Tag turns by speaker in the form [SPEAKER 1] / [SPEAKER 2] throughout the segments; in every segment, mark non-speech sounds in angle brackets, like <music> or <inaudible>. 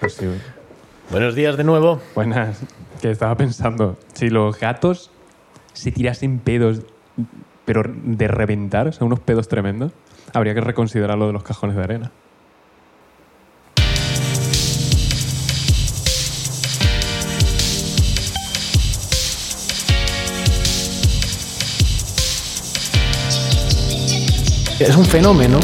[SPEAKER 1] Pues sí.
[SPEAKER 2] Buenos días de nuevo.
[SPEAKER 1] Buenas. Que estaba pensando, si los gatos se tirasen pedos, pero de reventar, o sea, unos pedos tremendos, habría que reconsiderar lo de los cajones de arena.
[SPEAKER 2] Es un fenómeno.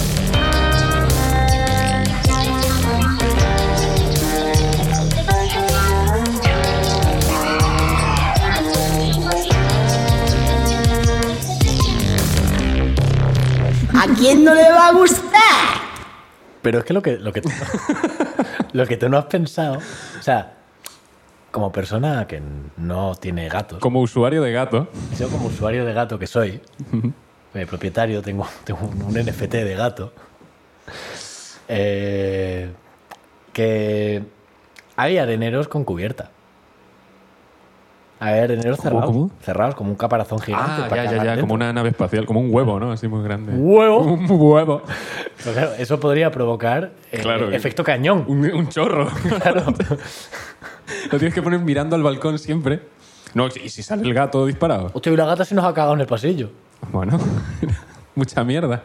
[SPEAKER 3] ¿A quién no le va a gustar?
[SPEAKER 2] Pero es que lo que, lo que, lo que tú no has pensado, o sea, como persona que no tiene gatos,
[SPEAKER 1] Como usuario de gato,
[SPEAKER 2] yo como usuario de gato que soy, eh, propietario, tengo, tengo un, un NFT de gato, eh, que hay areneros con cubierta. Hay areneros
[SPEAKER 1] ¿Cómo,
[SPEAKER 2] cerrados,
[SPEAKER 1] cómo?
[SPEAKER 2] cerrados, como un caparazón gigante.
[SPEAKER 1] ah,
[SPEAKER 2] para
[SPEAKER 1] ya, ya,
[SPEAKER 2] cagar
[SPEAKER 1] ya,
[SPEAKER 2] dentro.
[SPEAKER 1] como una nave espacial, como un huevo, ¿no? Así muy grande.
[SPEAKER 2] ¡Huevo!
[SPEAKER 1] Un huevo.
[SPEAKER 2] Pero claro, eso podría provocar eh,
[SPEAKER 1] Claro.
[SPEAKER 2] efecto cañón.
[SPEAKER 1] Un, un chorro.
[SPEAKER 2] Claro.
[SPEAKER 1] <laughs> lo tienes que poner mirando al balcón siempre. No, y si sale el gato disparado.
[SPEAKER 2] Hostia, y la gata se nos ha cagado en el pasillo.
[SPEAKER 1] Bueno, <laughs> mucha mierda.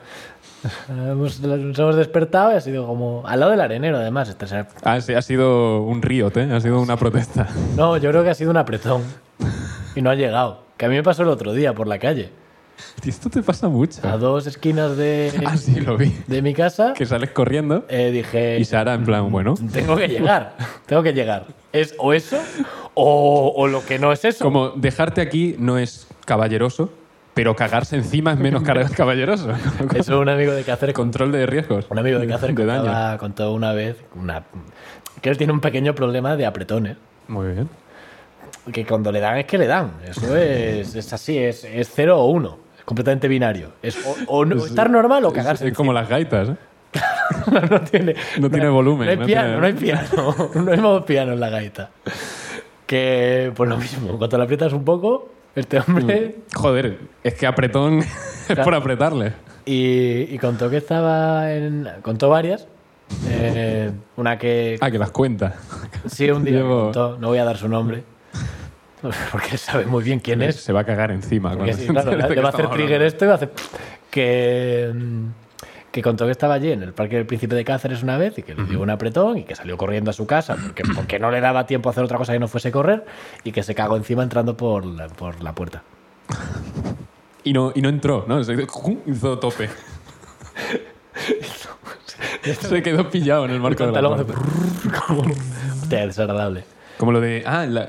[SPEAKER 2] Hemos- nos hemos despertado y ha sido como. Al lado del arenero, además. este ser-
[SPEAKER 1] Ha, ha sido un riot, ¿eh? Ha sido una protesta. <laughs>
[SPEAKER 2] No, yo creo que ha sido un apretón. Y no ha llegado. Que a mí me pasó el otro día por la calle.
[SPEAKER 1] Esto te pasa mucho.
[SPEAKER 2] A dos esquinas de,
[SPEAKER 1] <laughs> Ah, sí, lo vi.
[SPEAKER 2] de mi casa,
[SPEAKER 1] Que sales corriendo
[SPEAKER 2] eh, dije.
[SPEAKER 1] y Sara en plan, bueno,
[SPEAKER 2] Tengo que llegar. Tengo que llegar. Es o eso o, o lo que no es eso.
[SPEAKER 1] como dejarte aquí no es caballeroso, pero cagarse encima es menos <laughs> cara- caballeroso.
[SPEAKER 2] Eso un amigo de Cáceres con
[SPEAKER 1] Control de riesgos.
[SPEAKER 2] Un amigo de Cáceres
[SPEAKER 1] de daño.
[SPEAKER 2] contaba, contó una vez una, que él tiene un pequeño problema de apretones.
[SPEAKER 1] Muy bien.
[SPEAKER 2] Que cuando le dan es que le dan. Eso es, es así, es, es 0 o 1. Es completamente binario. Es o, o no- estar normal o cagarse. <laughs>
[SPEAKER 1] Es como las gaitas, ¿eh?
[SPEAKER 2] no, no tiene,
[SPEAKER 1] No tiene volumen,
[SPEAKER 2] No hay
[SPEAKER 1] no
[SPEAKER 2] piano,
[SPEAKER 1] tiene-
[SPEAKER 2] no hay piano. <laughs> No hay modo piano en la gaita. Que, pues lo mismo, cuando la aprietas un poco, este hombre
[SPEAKER 1] Mm. Joder, es que apretón <laughs> es por apretarle.
[SPEAKER 2] Y, y contó que estaba en. Contó varias. Eh, una que.
[SPEAKER 1] Ah, que las cuentas.
[SPEAKER 2] Sí, un día
[SPEAKER 1] llevo-
[SPEAKER 2] me contó. No voy a dar su nombre. <laughs> Porque sabe muy bien quién es.
[SPEAKER 1] Se va a cagar encima.
[SPEAKER 2] Porque
[SPEAKER 1] cuando <laughs>
[SPEAKER 2] sí,
[SPEAKER 1] se
[SPEAKER 2] claro,
[SPEAKER 1] entere de
[SPEAKER 2] le va a hacer
[SPEAKER 1] qué estamos
[SPEAKER 2] trigger
[SPEAKER 1] hablando.
[SPEAKER 2] esto y va a hacer. Que. mm, Que contó que estaba allí en el Parque del Príncipe de Cáceres una vez y que le dio un apretón y que salió corriendo a su casa porque, porque no le daba tiempo a hacer otra cosa que no fuese correr y que se cagó encima entrando por la, por la puerta.
[SPEAKER 1] Y no, y no entró, ¿no? Se- ¡jum! hizo tope. Se quedó pillado en el marco de la
[SPEAKER 2] Pantalón de-
[SPEAKER 1] puerta.
[SPEAKER 2] como- <laughs> Hostia, desagradable.
[SPEAKER 1] Como lo de. Ah, la-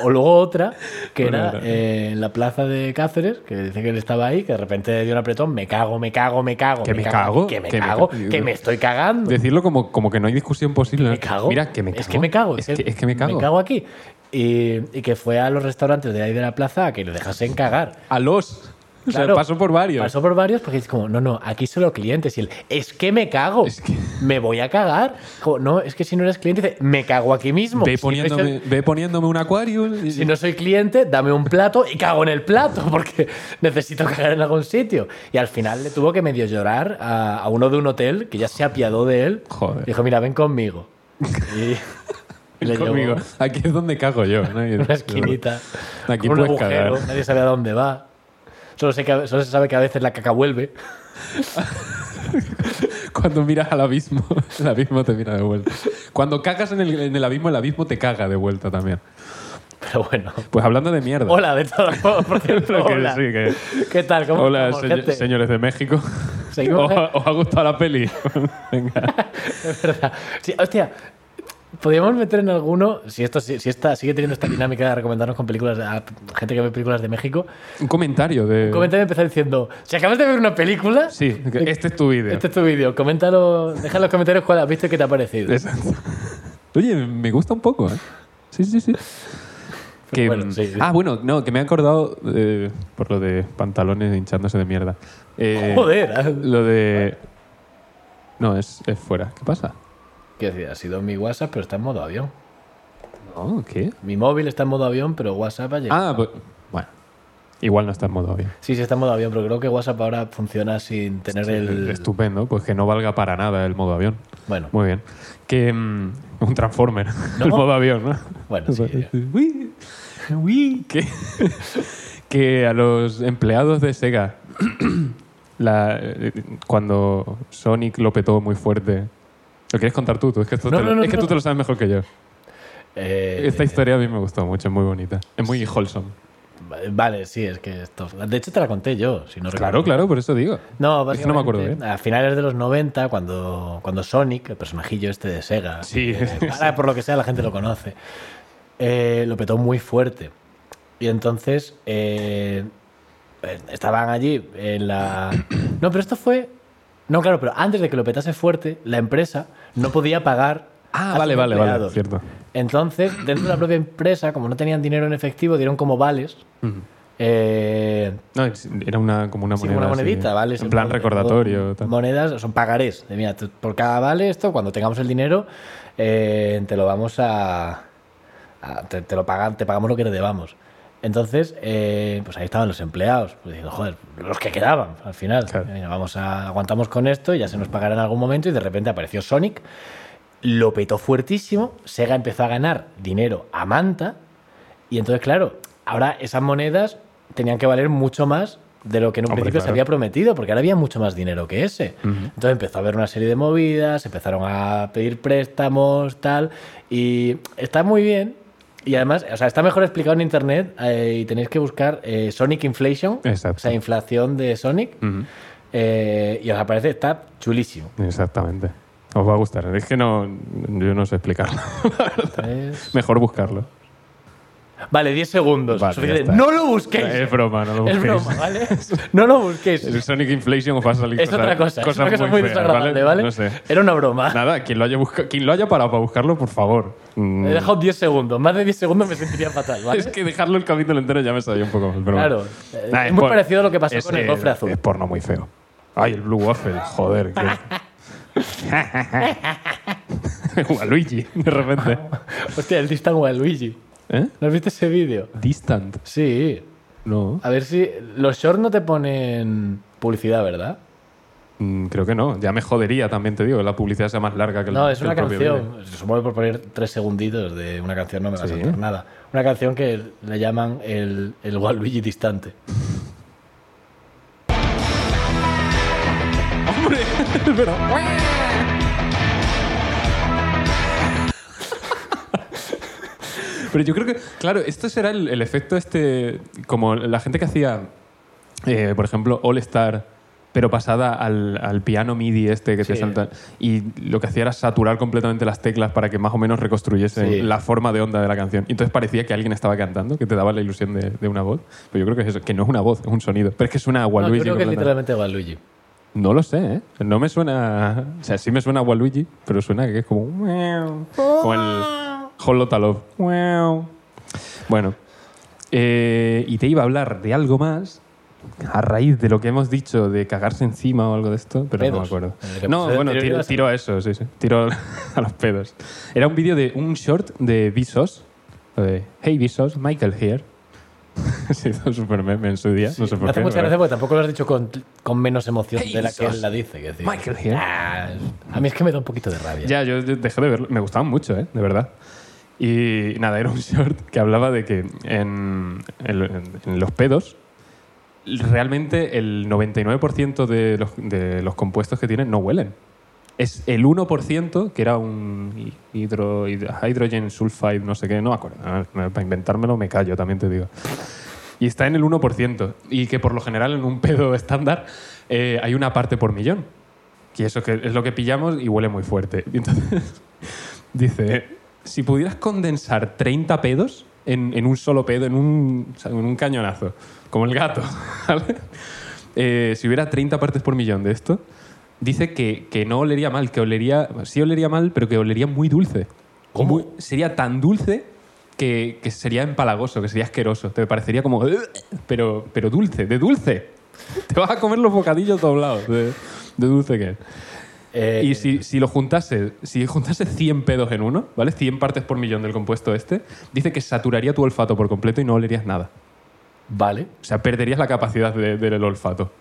[SPEAKER 2] O luego otra, que
[SPEAKER 1] Bueno,
[SPEAKER 2] era
[SPEAKER 1] claro.
[SPEAKER 2] eh, en la plaza de Cáceres, que dice que él estaba ahí, que de repente le dio un apretón, me cago, me cago, me cago.
[SPEAKER 1] ¿Que me cago?
[SPEAKER 2] Que me
[SPEAKER 1] ¿Que me
[SPEAKER 2] cago,
[SPEAKER 1] ca-
[SPEAKER 2] que me estoy cagando.
[SPEAKER 1] decirlo como, como que no hay discusión posible.
[SPEAKER 2] me cago.
[SPEAKER 1] Mira, que me cago.
[SPEAKER 2] Es que me cago.
[SPEAKER 1] Es que, es que me cago.
[SPEAKER 2] Me cago aquí. Y, y que fue a los restaurantes de ahí de la plaza a que le dejasen cagar.
[SPEAKER 1] A los. O sea,
[SPEAKER 2] Claro,
[SPEAKER 1] pasó por varios.
[SPEAKER 2] Pasó por varios porque es como, no, no, aquí solo clientes. Y él, es que me cago.
[SPEAKER 1] Es que-
[SPEAKER 2] Me voy a cagar. Como, no, es que si no eres cliente, dice, me cago aquí mismo.
[SPEAKER 1] Ve,
[SPEAKER 2] Si no es el-
[SPEAKER 1] poniéndome, ve poniéndome un acuario. y-
[SPEAKER 2] Si no soy cliente, dame un plato y cago en el plato <laughs> porque necesito cagar en algún sitio. Y al final le tuvo que medio llorar a, a uno de un hotel que ya se apiadó de él.
[SPEAKER 1] Joder.
[SPEAKER 2] Dijo, mira, ven conmigo.
[SPEAKER 1] <laughs>
[SPEAKER 2] Y, y le llevó
[SPEAKER 1] Conmigo. Aquí es donde cago yo. ¿no? Y-
[SPEAKER 2] a <laughs> una esquinita.
[SPEAKER 1] Aquí
[SPEAKER 2] con un
[SPEAKER 1] puedes cagar.
[SPEAKER 2] agujero. Nadie sabe a dónde va. Solo, sé que a- solo se sabe que a veces la caca vuelve. <laughs>
[SPEAKER 1] Cuando miras al abismo, <laughs> el abismo te mira de vuelta. Cuando cagas en el, en el abismo, el abismo te caga de vuelta también.
[SPEAKER 2] Pero bueno.
[SPEAKER 1] Pues hablando de mierda.
[SPEAKER 2] Hola, de todas <laughs> formas, por cierto,
[SPEAKER 1] Creo que
[SPEAKER 2] hola.
[SPEAKER 1] sí, que-
[SPEAKER 2] ¿Qué tal? ¿Cómo
[SPEAKER 1] Hola,
[SPEAKER 2] estamos,
[SPEAKER 1] seño-
[SPEAKER 2] gente?
[SPEAKER 1] señores de México.
[SPEAKER 2] Seguimos,
[SPEAKER 1] ¿Os, ha, os ha gustado la peli? Venga.
[SPEAKER 2] Es verdad. Sí, hostia, podríamos meter en alguno, si esto si, si esta, sigue teniendo esta dinámica de recomendarnos con películas a gente que ve películas de México,
[SPEAKER 1] Un comentario de.
[SPEAKER 2] comenta y empezar diciendo, si acabas de ver una película,
[SPEAKER 1] Sí, que este es tu vídeo.
[SPEAKER 2] este es tu vídeo, coméntalo, deja en los comentarios cuál has visto y qué te ha parecido.
[SPEAKER 1] Exacto. <laughs> Oye, me gusta un poco, ¿eh? Sí, sí, sí. Que,
[SPEAKER 2] bueno, sí, sí.
[SPEAKER 1] Ah, bueno, no, que me he acordado eh, por lo de pantalones hinchándose de mierda. Eh,
[SPEAKER 2] Joder,
[SPEAKER 1] Lo de. No, es, es fuera. ¿Qué pasa?
[SPEAKER 2] quiero decir, ha sido mi WhatsApp, pero está en modo avión.
[SPEAKER 1] No, ¿qué?
[SPEAKER 2] Mi móvil está en modo avión, pero WhatsApp ha llegado.
[SPEAKER 1] Ah, pues, bueno. Igual no está en modo avión.
[SPEAKER 2] Sí, sí, está en modo avión, pero creo que WhatsApp ahora funciona sin tener el.
[SPEAKER 1] Estupendo, pues que no valga para nada el modo avión.
[SPEAKER 2] Bueno,
[SPEAKER 1] Muy bien. Que mm,
[SPEAKER 2] <laughs>
[SPEAKER 1] un Transformer, el modo avión, ¿no?
[SPEAKER 2] bueno,
[SPEAKER 1] <laughs>
[SPEAKER 2] sí.
[SPEAKER 1] Uy, uy,
[SPEAKER 2] <laughs>
[SPEAKER 1] que, que a los empleados de Sega, <clears throat> la- eh, cuando Sonic lo petó muy fuerte. ¿Lo quieres contar tú? tú? Es que, esto
[SPEAKER 2] No,
[SPEAKER 1] te lo-
[SPEAKER 2] no, no,
[SPEAKER 1] es que
[SPEAKER 2] no.
[SPEAKER 1] tú te lo sabes mejor que yo.
[SPEAKER 2] Eh,
[SPEAKER 1] Esta historia a mí me gustó mucho, es muy bonita. Es muy wholesome.
[SPEAKER 2] Vale, sí, es que esto. De hecho, te la conté yo, si no
[SPEAKER 1] Claro,
[SPEAKER 2] recuerdo.
[SPEAKER 1] claro, por eso digo.
[SPEAKER 2] No,
[SPEAKER 1] Es que no me acuerdo ¿eh?
[SPEAKER 2] básicamente, A finales de los 90, cuando, cuando Sonic, el personajillo este de Sega,
[SPEAKER 1] Sí.
[SPEAKER 2] eh, ahora por lo que sea la gente lo conoce, eh, lo petó muy fuerte. Y entonces eh, eh, estaban allí en la... <coughs> No, pero esto fue... No, claro, pero antes de que lo petase fuerte, la empresa no podía pagar... a
[SPEAKER 1] Ah,
[SPEAKER 2] sus
[SPEAKER 1] vale, vale, vale,
[SPEAKER 2] empleados.
[SPEAKER 1] cierto.
[SPEAKER 2] Entonces, dentro de la propia empresa, como no tenían dinero en efectivo, dieron como vales. eh,
[SPEAKER 1] No, es- era una, como una
[SPEAKER 2] Mm. Sí,
[SPEAKER 1] moneda.
[SPEAKER 2] como una
[SPEAKER 1] así,
[SPEAKER 2] monedita, ¿vale?
[SPEAKER 1] En
[SPEAKER 2] Sí,
[SPEAKER 1] plan
[SPEAKER 2] mon-
[SPEAKER 1] recordatorio.
[SPEAKER 2] mon-
[SPEAKER 1] tal.
[SPEAKER 2] Monedas, son pagarés. De, mira, tú- por cada vale esto, cuando tengamos el dinero, eh, te lo vamos a... a- te, te lo pagan, te pagamos lo que te debamos. Entonces, eh, pues ahí estaban los empleados, pues diciendo, joder, los que quedaban al final.
[SPEAKER 1] Claro.
[SPEAKER 2] Eh, vamos a, aguantamos con esto, ya se nos pagará en algún momento y de repente apareció Sonic, lo petó fuertísimo, Sega empezó a ganar dinero a manta y entonces, claro, ahora esas monedas tenían que valer mucho más de lo que en un
[SPEAKER 1] Hombre,
[SPEAKER 2] principio se
[SPEAKER 1] claro.
[SPEAKER 2] había prometido, porque ahora había mucho más dinero que ese. Entonces empezó a haber una serie de movidas, empezaron a pedir préstamos, tal, y está muy bien. Y además, o sea, está mejor explicado en internet eh, y tenéis que buscar eh, Sonic Inflation,
[SPEAKER 1] Exacto. Mm.
[SPEAKER 2] o sea, inflación de Sonic, eh, y os aparece, está chulísimo.
[SPEAKER 1] Exactamente. Os va a gustar. Es que no, yo no sé explicarlo. <laughs>
[SPEAKER 2] Entonces-
[SPEAKER 1] Mejor buscarlo.
[SPEAKER 2] Vale, 10 segundos.
[SPEAKER 1] Vale,
[SPEAKER 2] Suficiente.
[SPEAKER 1] ya está.
[SPEAKER 2] no lo busquéis.
[SPEAKER 1] Es broma, no lo
[SPEAKER 2] Es
[SPEAKER 1] busquéis.
[SPEAKER 2] broma, ¿vale? <laughs> No lo busquéis.
[SPEAKER 1] El Sonic Inflation os va a salir
[SPEAKER 2] Es
[SPEAKER 1] cosas-
[SPEAKER 2] otra cosa, es
[SPEAKER 1] cosas
[SPEAKER 2] una cosa muy,
[SPEAKER 1] feas,
[SPEAKER 2] desagradable, ¿vale?
[SPEAKER 1] No sé.
[SPEAKER 2] Era una broma.
[SPEAKER 1] Nada, quien lo haya, busca- quien lo haya parado para buscarlo, por favor. Mm.
[SPEAKER 2] He
[SPEAKER 1] <laughs>
[SPEAKER 2] dejado 10 segundos, más de 10 segundos me sentiría fatal, Eh, ¿vale?
[SPEAKER 1] Es que dejarlo el capítulo entero ya me sabía un poco mal. pero
[SPEAKER 2] Claro.
[SPEAKER 1] bueno.
[SPEAKER 2] Eh,
[SPEAKER 1] Nah,
[SPEAKER 2] es muy
[SPEAKER 1] por-
[SPEAKER 2] parecido a lo que pasó
[SPEAKER 1] es
[SPEAKER 2] con el gofre azul.
[SPEAKER 1] Es porno muy feo. Ay, el Blue Waffle,
[SPEAKER 2] <laughs>
[SPEAKER 1] joder. que- <laughs> Waluigi, de repente.
[SPEAKER 2] Hostia, el Distant Wild Luigi.
[SPEAKER 1] ¿Eh?
[SPEAKER 2] ¿No has visto ese vídeo?
[SPEAKER 1] Distant.
[SPEAKER 2] Sí.
[SPEAKER 1] No.
[SPEAKER 2] A ver si. Los shorts no te ponen publicidad, ¿verdad?
[SPEAKER 1] Mm, creo que no. Ya me jodería también, te digo, que la publicidad sea más larga que el
[SPEAKER 2] No, es
[SPEAKER 1] que
[SPEAKER 2] una
[SPEAKER 1] el propio vídeo.
[SPEAKER 2] canción. Supongo que por poner tres segunditos de una canción no me va a
[SPEAKER 1] Sí.
[SPEAKER 2] saltar nada. Una canción que le llaman el, el Waluigi distante.
[SPEAKER 1] ¡Hombre! Es verdad. <laughs> Pero yo creo que, claro, esto será el, el efecto este, como la gente que hacía, eh, por ejemplo, All Star, pero pasada al, al piano MIDI este que te
[SPEAKER 2] Sí.
[SPEAKER 1] salta, y lo que hacía era saturar completamente las teclas para que más o menos reconstruyesen
[SPEAKER 2] Sí.
[SPEAKER 1] la forma de onda de la canción. Y entonces parecía que alguien estaba cantando, que te daba la ilusión de, de una voz. Pero yo creo que es eso, que no es una voz, es un sonido. Pero es que suena a
[SPEAKER 2] No,
[SPEAKER 1] Waluigi
[SPEAKER 2] yo creo que es
[SPEAKER 1] completamente.
[SPEAKER 2] literalmente Waluigi.
[SPEAKER 1] No lo sé, ¿eh? No me suena... O sea, sí me suena a Waluigi, pero suena que es como... Como el Holotalov. Bueno. eh, y te iba a hablar de algo más a raíz de lo que hemos dicho de cagarse episodio encima o algo de esto, pero no me
[SPEAKER 2] Pedos.
[SPEAKER 1] acuerdo.
[SPEAKER 2] En el
[SPEAKER 1] No,
[SPEAKER 2] episodio
[SPEAKER 1] bueno,
[SPEAKER 2] anterior
[SPEAKER 1] tiro,
[SPEAKER 2] ibas a-
[SPEAKER 1] tiro a eso, sí, sí. Tiro <laughs> a los pedos. Era un vídeo de un short de Vsauce, lo de Hey Vsauce, Michael <laughs> here. Se hizo súper meme en su día, no sé por
[SPEAKER 2] Me hace
[SPEAKER 1] qué.
[SPEAKER 2] mucha
[SPEAKER 1] pero-
[SPEAKER 2] gracia porque tampoco lo has dicho con, con menos emoción
[SPEAKER 1] Hey,
[SPEAKER 2] de la que
[SPEAKER 1] sos-
[SPEAKER 2] él la dice. que decir,
[SPEAKER 1] Michael here.
[SPEAKER 2] "Ah", a mí es que me da un poquito de rabia.
[SPEAKER 1] Ya, yo, yo dejé de verlo. Me gustaban mucho, ¿eh? De verdad. Y nada, era un <laughs> short que hablaba de que en, en lo- en- en los pedos realmente el 99% de los, de los compuestos que tienen no huelen. Es el 1% que era un hidro, hid- hydrogen sulfide, no sé qué, no me acuerdo. Ah, me- Para inventármelo me callo, también te digo. Y está en el 1%. Y que por lo general en un pedo <laughs> estándar eh, hay una parte por millón. Y eso que es lo que pillamos y huele muy fuerte. <laughs> Y entonces dice, si pudieras condensar 30 pedos en, en un solo pedo, en un, en un cañonazo, como el gato, <laughs> ¿vale? Eh, si hubiera 30 partes por millón de esto, dice que, que no olería mal, que olería, sí olería mal, pero que olería muy dulce.
[SPEAKER 2] ¿Cómo?
[SPEAKER 1] Muy- sería tan dulce que, que sería empalagoso, que sería asqueroso. Te parecería como... "Ugh", Pero, pero dulce, de dulce. Te vas a comer los bocadillos doblados de, de dulce que es.
[SPEAKER 2] Eh,
[SPEAKER 1] Y si, si lo juntase, si juntase 100 pedos en uno, ¿vale? 100 partes por millón del compuesto este, dice que saturaría tu olfato por completo y no olerías nada.
[SPEAKER 2] Vale.
[SPEAKER 1] O sea, perderías la capacidad de- del olfato.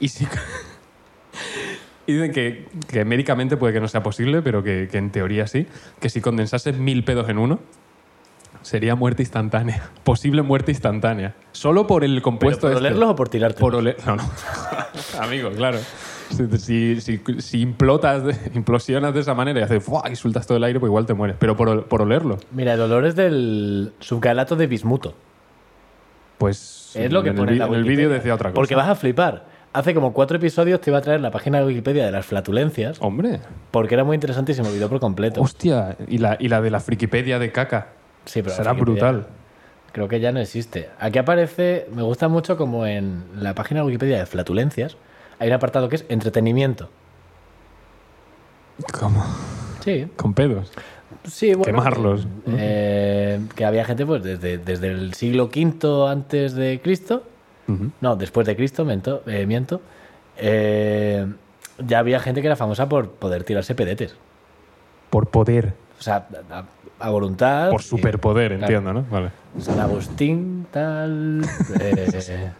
[SPEAKER 1] Y sí. <laughs> y dicen que, que médicamente puede que no sea posible, pero que, que en teoría sí, que si condensases mil pedos en uno, sería muerte instantánea. <laughs> Posible muerte instantánea. Solo por el
[SPEAKER 2] ¿Pero
[SPEAKER 1] compuesto
[SPEAKER 2] ¿Por
[SPEAKER 1] este.
[SPEAKER 2] olerlos o por tirarte?
[SPEAKER 1] Por ole- No, no. <laughs> Amigo, claro. Si, si- si- si implotas, de- implosionas de esa manera y haces ¡fua! y sueltas todo el aire, pues igual te mueres. Pero por, ol- por olerlo,
[SPEAKER 2] Mira, el olor es del subgalato de bismuto.
[SPEAKER 1] pues.
[SPEAKER 2] Es lo que
[SPEAKER 1] en el
[SPEAKER 2] pone
[SPEAKER 1] vi-
[SPEAKER 2] en la
[SPEAKER 1] en el
[SPEAKER 2] Wikipedia.
[SPEAKER 1] vídeo decía otra cosa.
[SPEAKER 2] Porque vas a flipar. Hace como cuatro episodios te iba a traer la página de Wikipedia de las flatulencias,
[SPEAKER 1] Hombre.
[SPEAKER 2] porque era muy interesante y se me olvidó por completo.
[SPEAKER 1] Oh. Hostia, y la, y la de la frikipedia de caca.
[SPEAKER 2] Sí, pero la
[SPEAKER 1] Será
[SPEAKER 2] Wikipedia-
[SPEAKER 1] brutal.
[SPEAKER 2] Creo que ya no existe. Aquí aparece, me gusta mucho como en la página de Wikipedia de flatulencias, hay un apartado que es entretenimiento.
[SPEAKER 1] ¿Cómo?
[SPEAKER 2] Sí,
[SPEAKER 1] Con pedos.
[SPEAKER 2] sí, bueno.
[SPEAKER 1] Quemarlos.
[SPEAKER 2] eh, que había gente pues desde, desde el siglo V antes de Cristo,
[SPEAKER 1] Ujú.
[SPEAKER 2] no, después de Cristo, mento- eh, miento, eh, ya había gente que era famosa por poder tirarse pedetes.
[SPEAKER 1] Por poder.
[SPEAKER 2] O sea, a, a voluntad.
[SPEAKER 1] Por
[SPEAKER 2] eh,
[SPEAKER 1] superpoder,
[SPEAKER 2] claro.
[SPEAKER 1] entiendo, ¿no? Vale.
[SPEAKER 2] San Agustín, tal. eh, eh,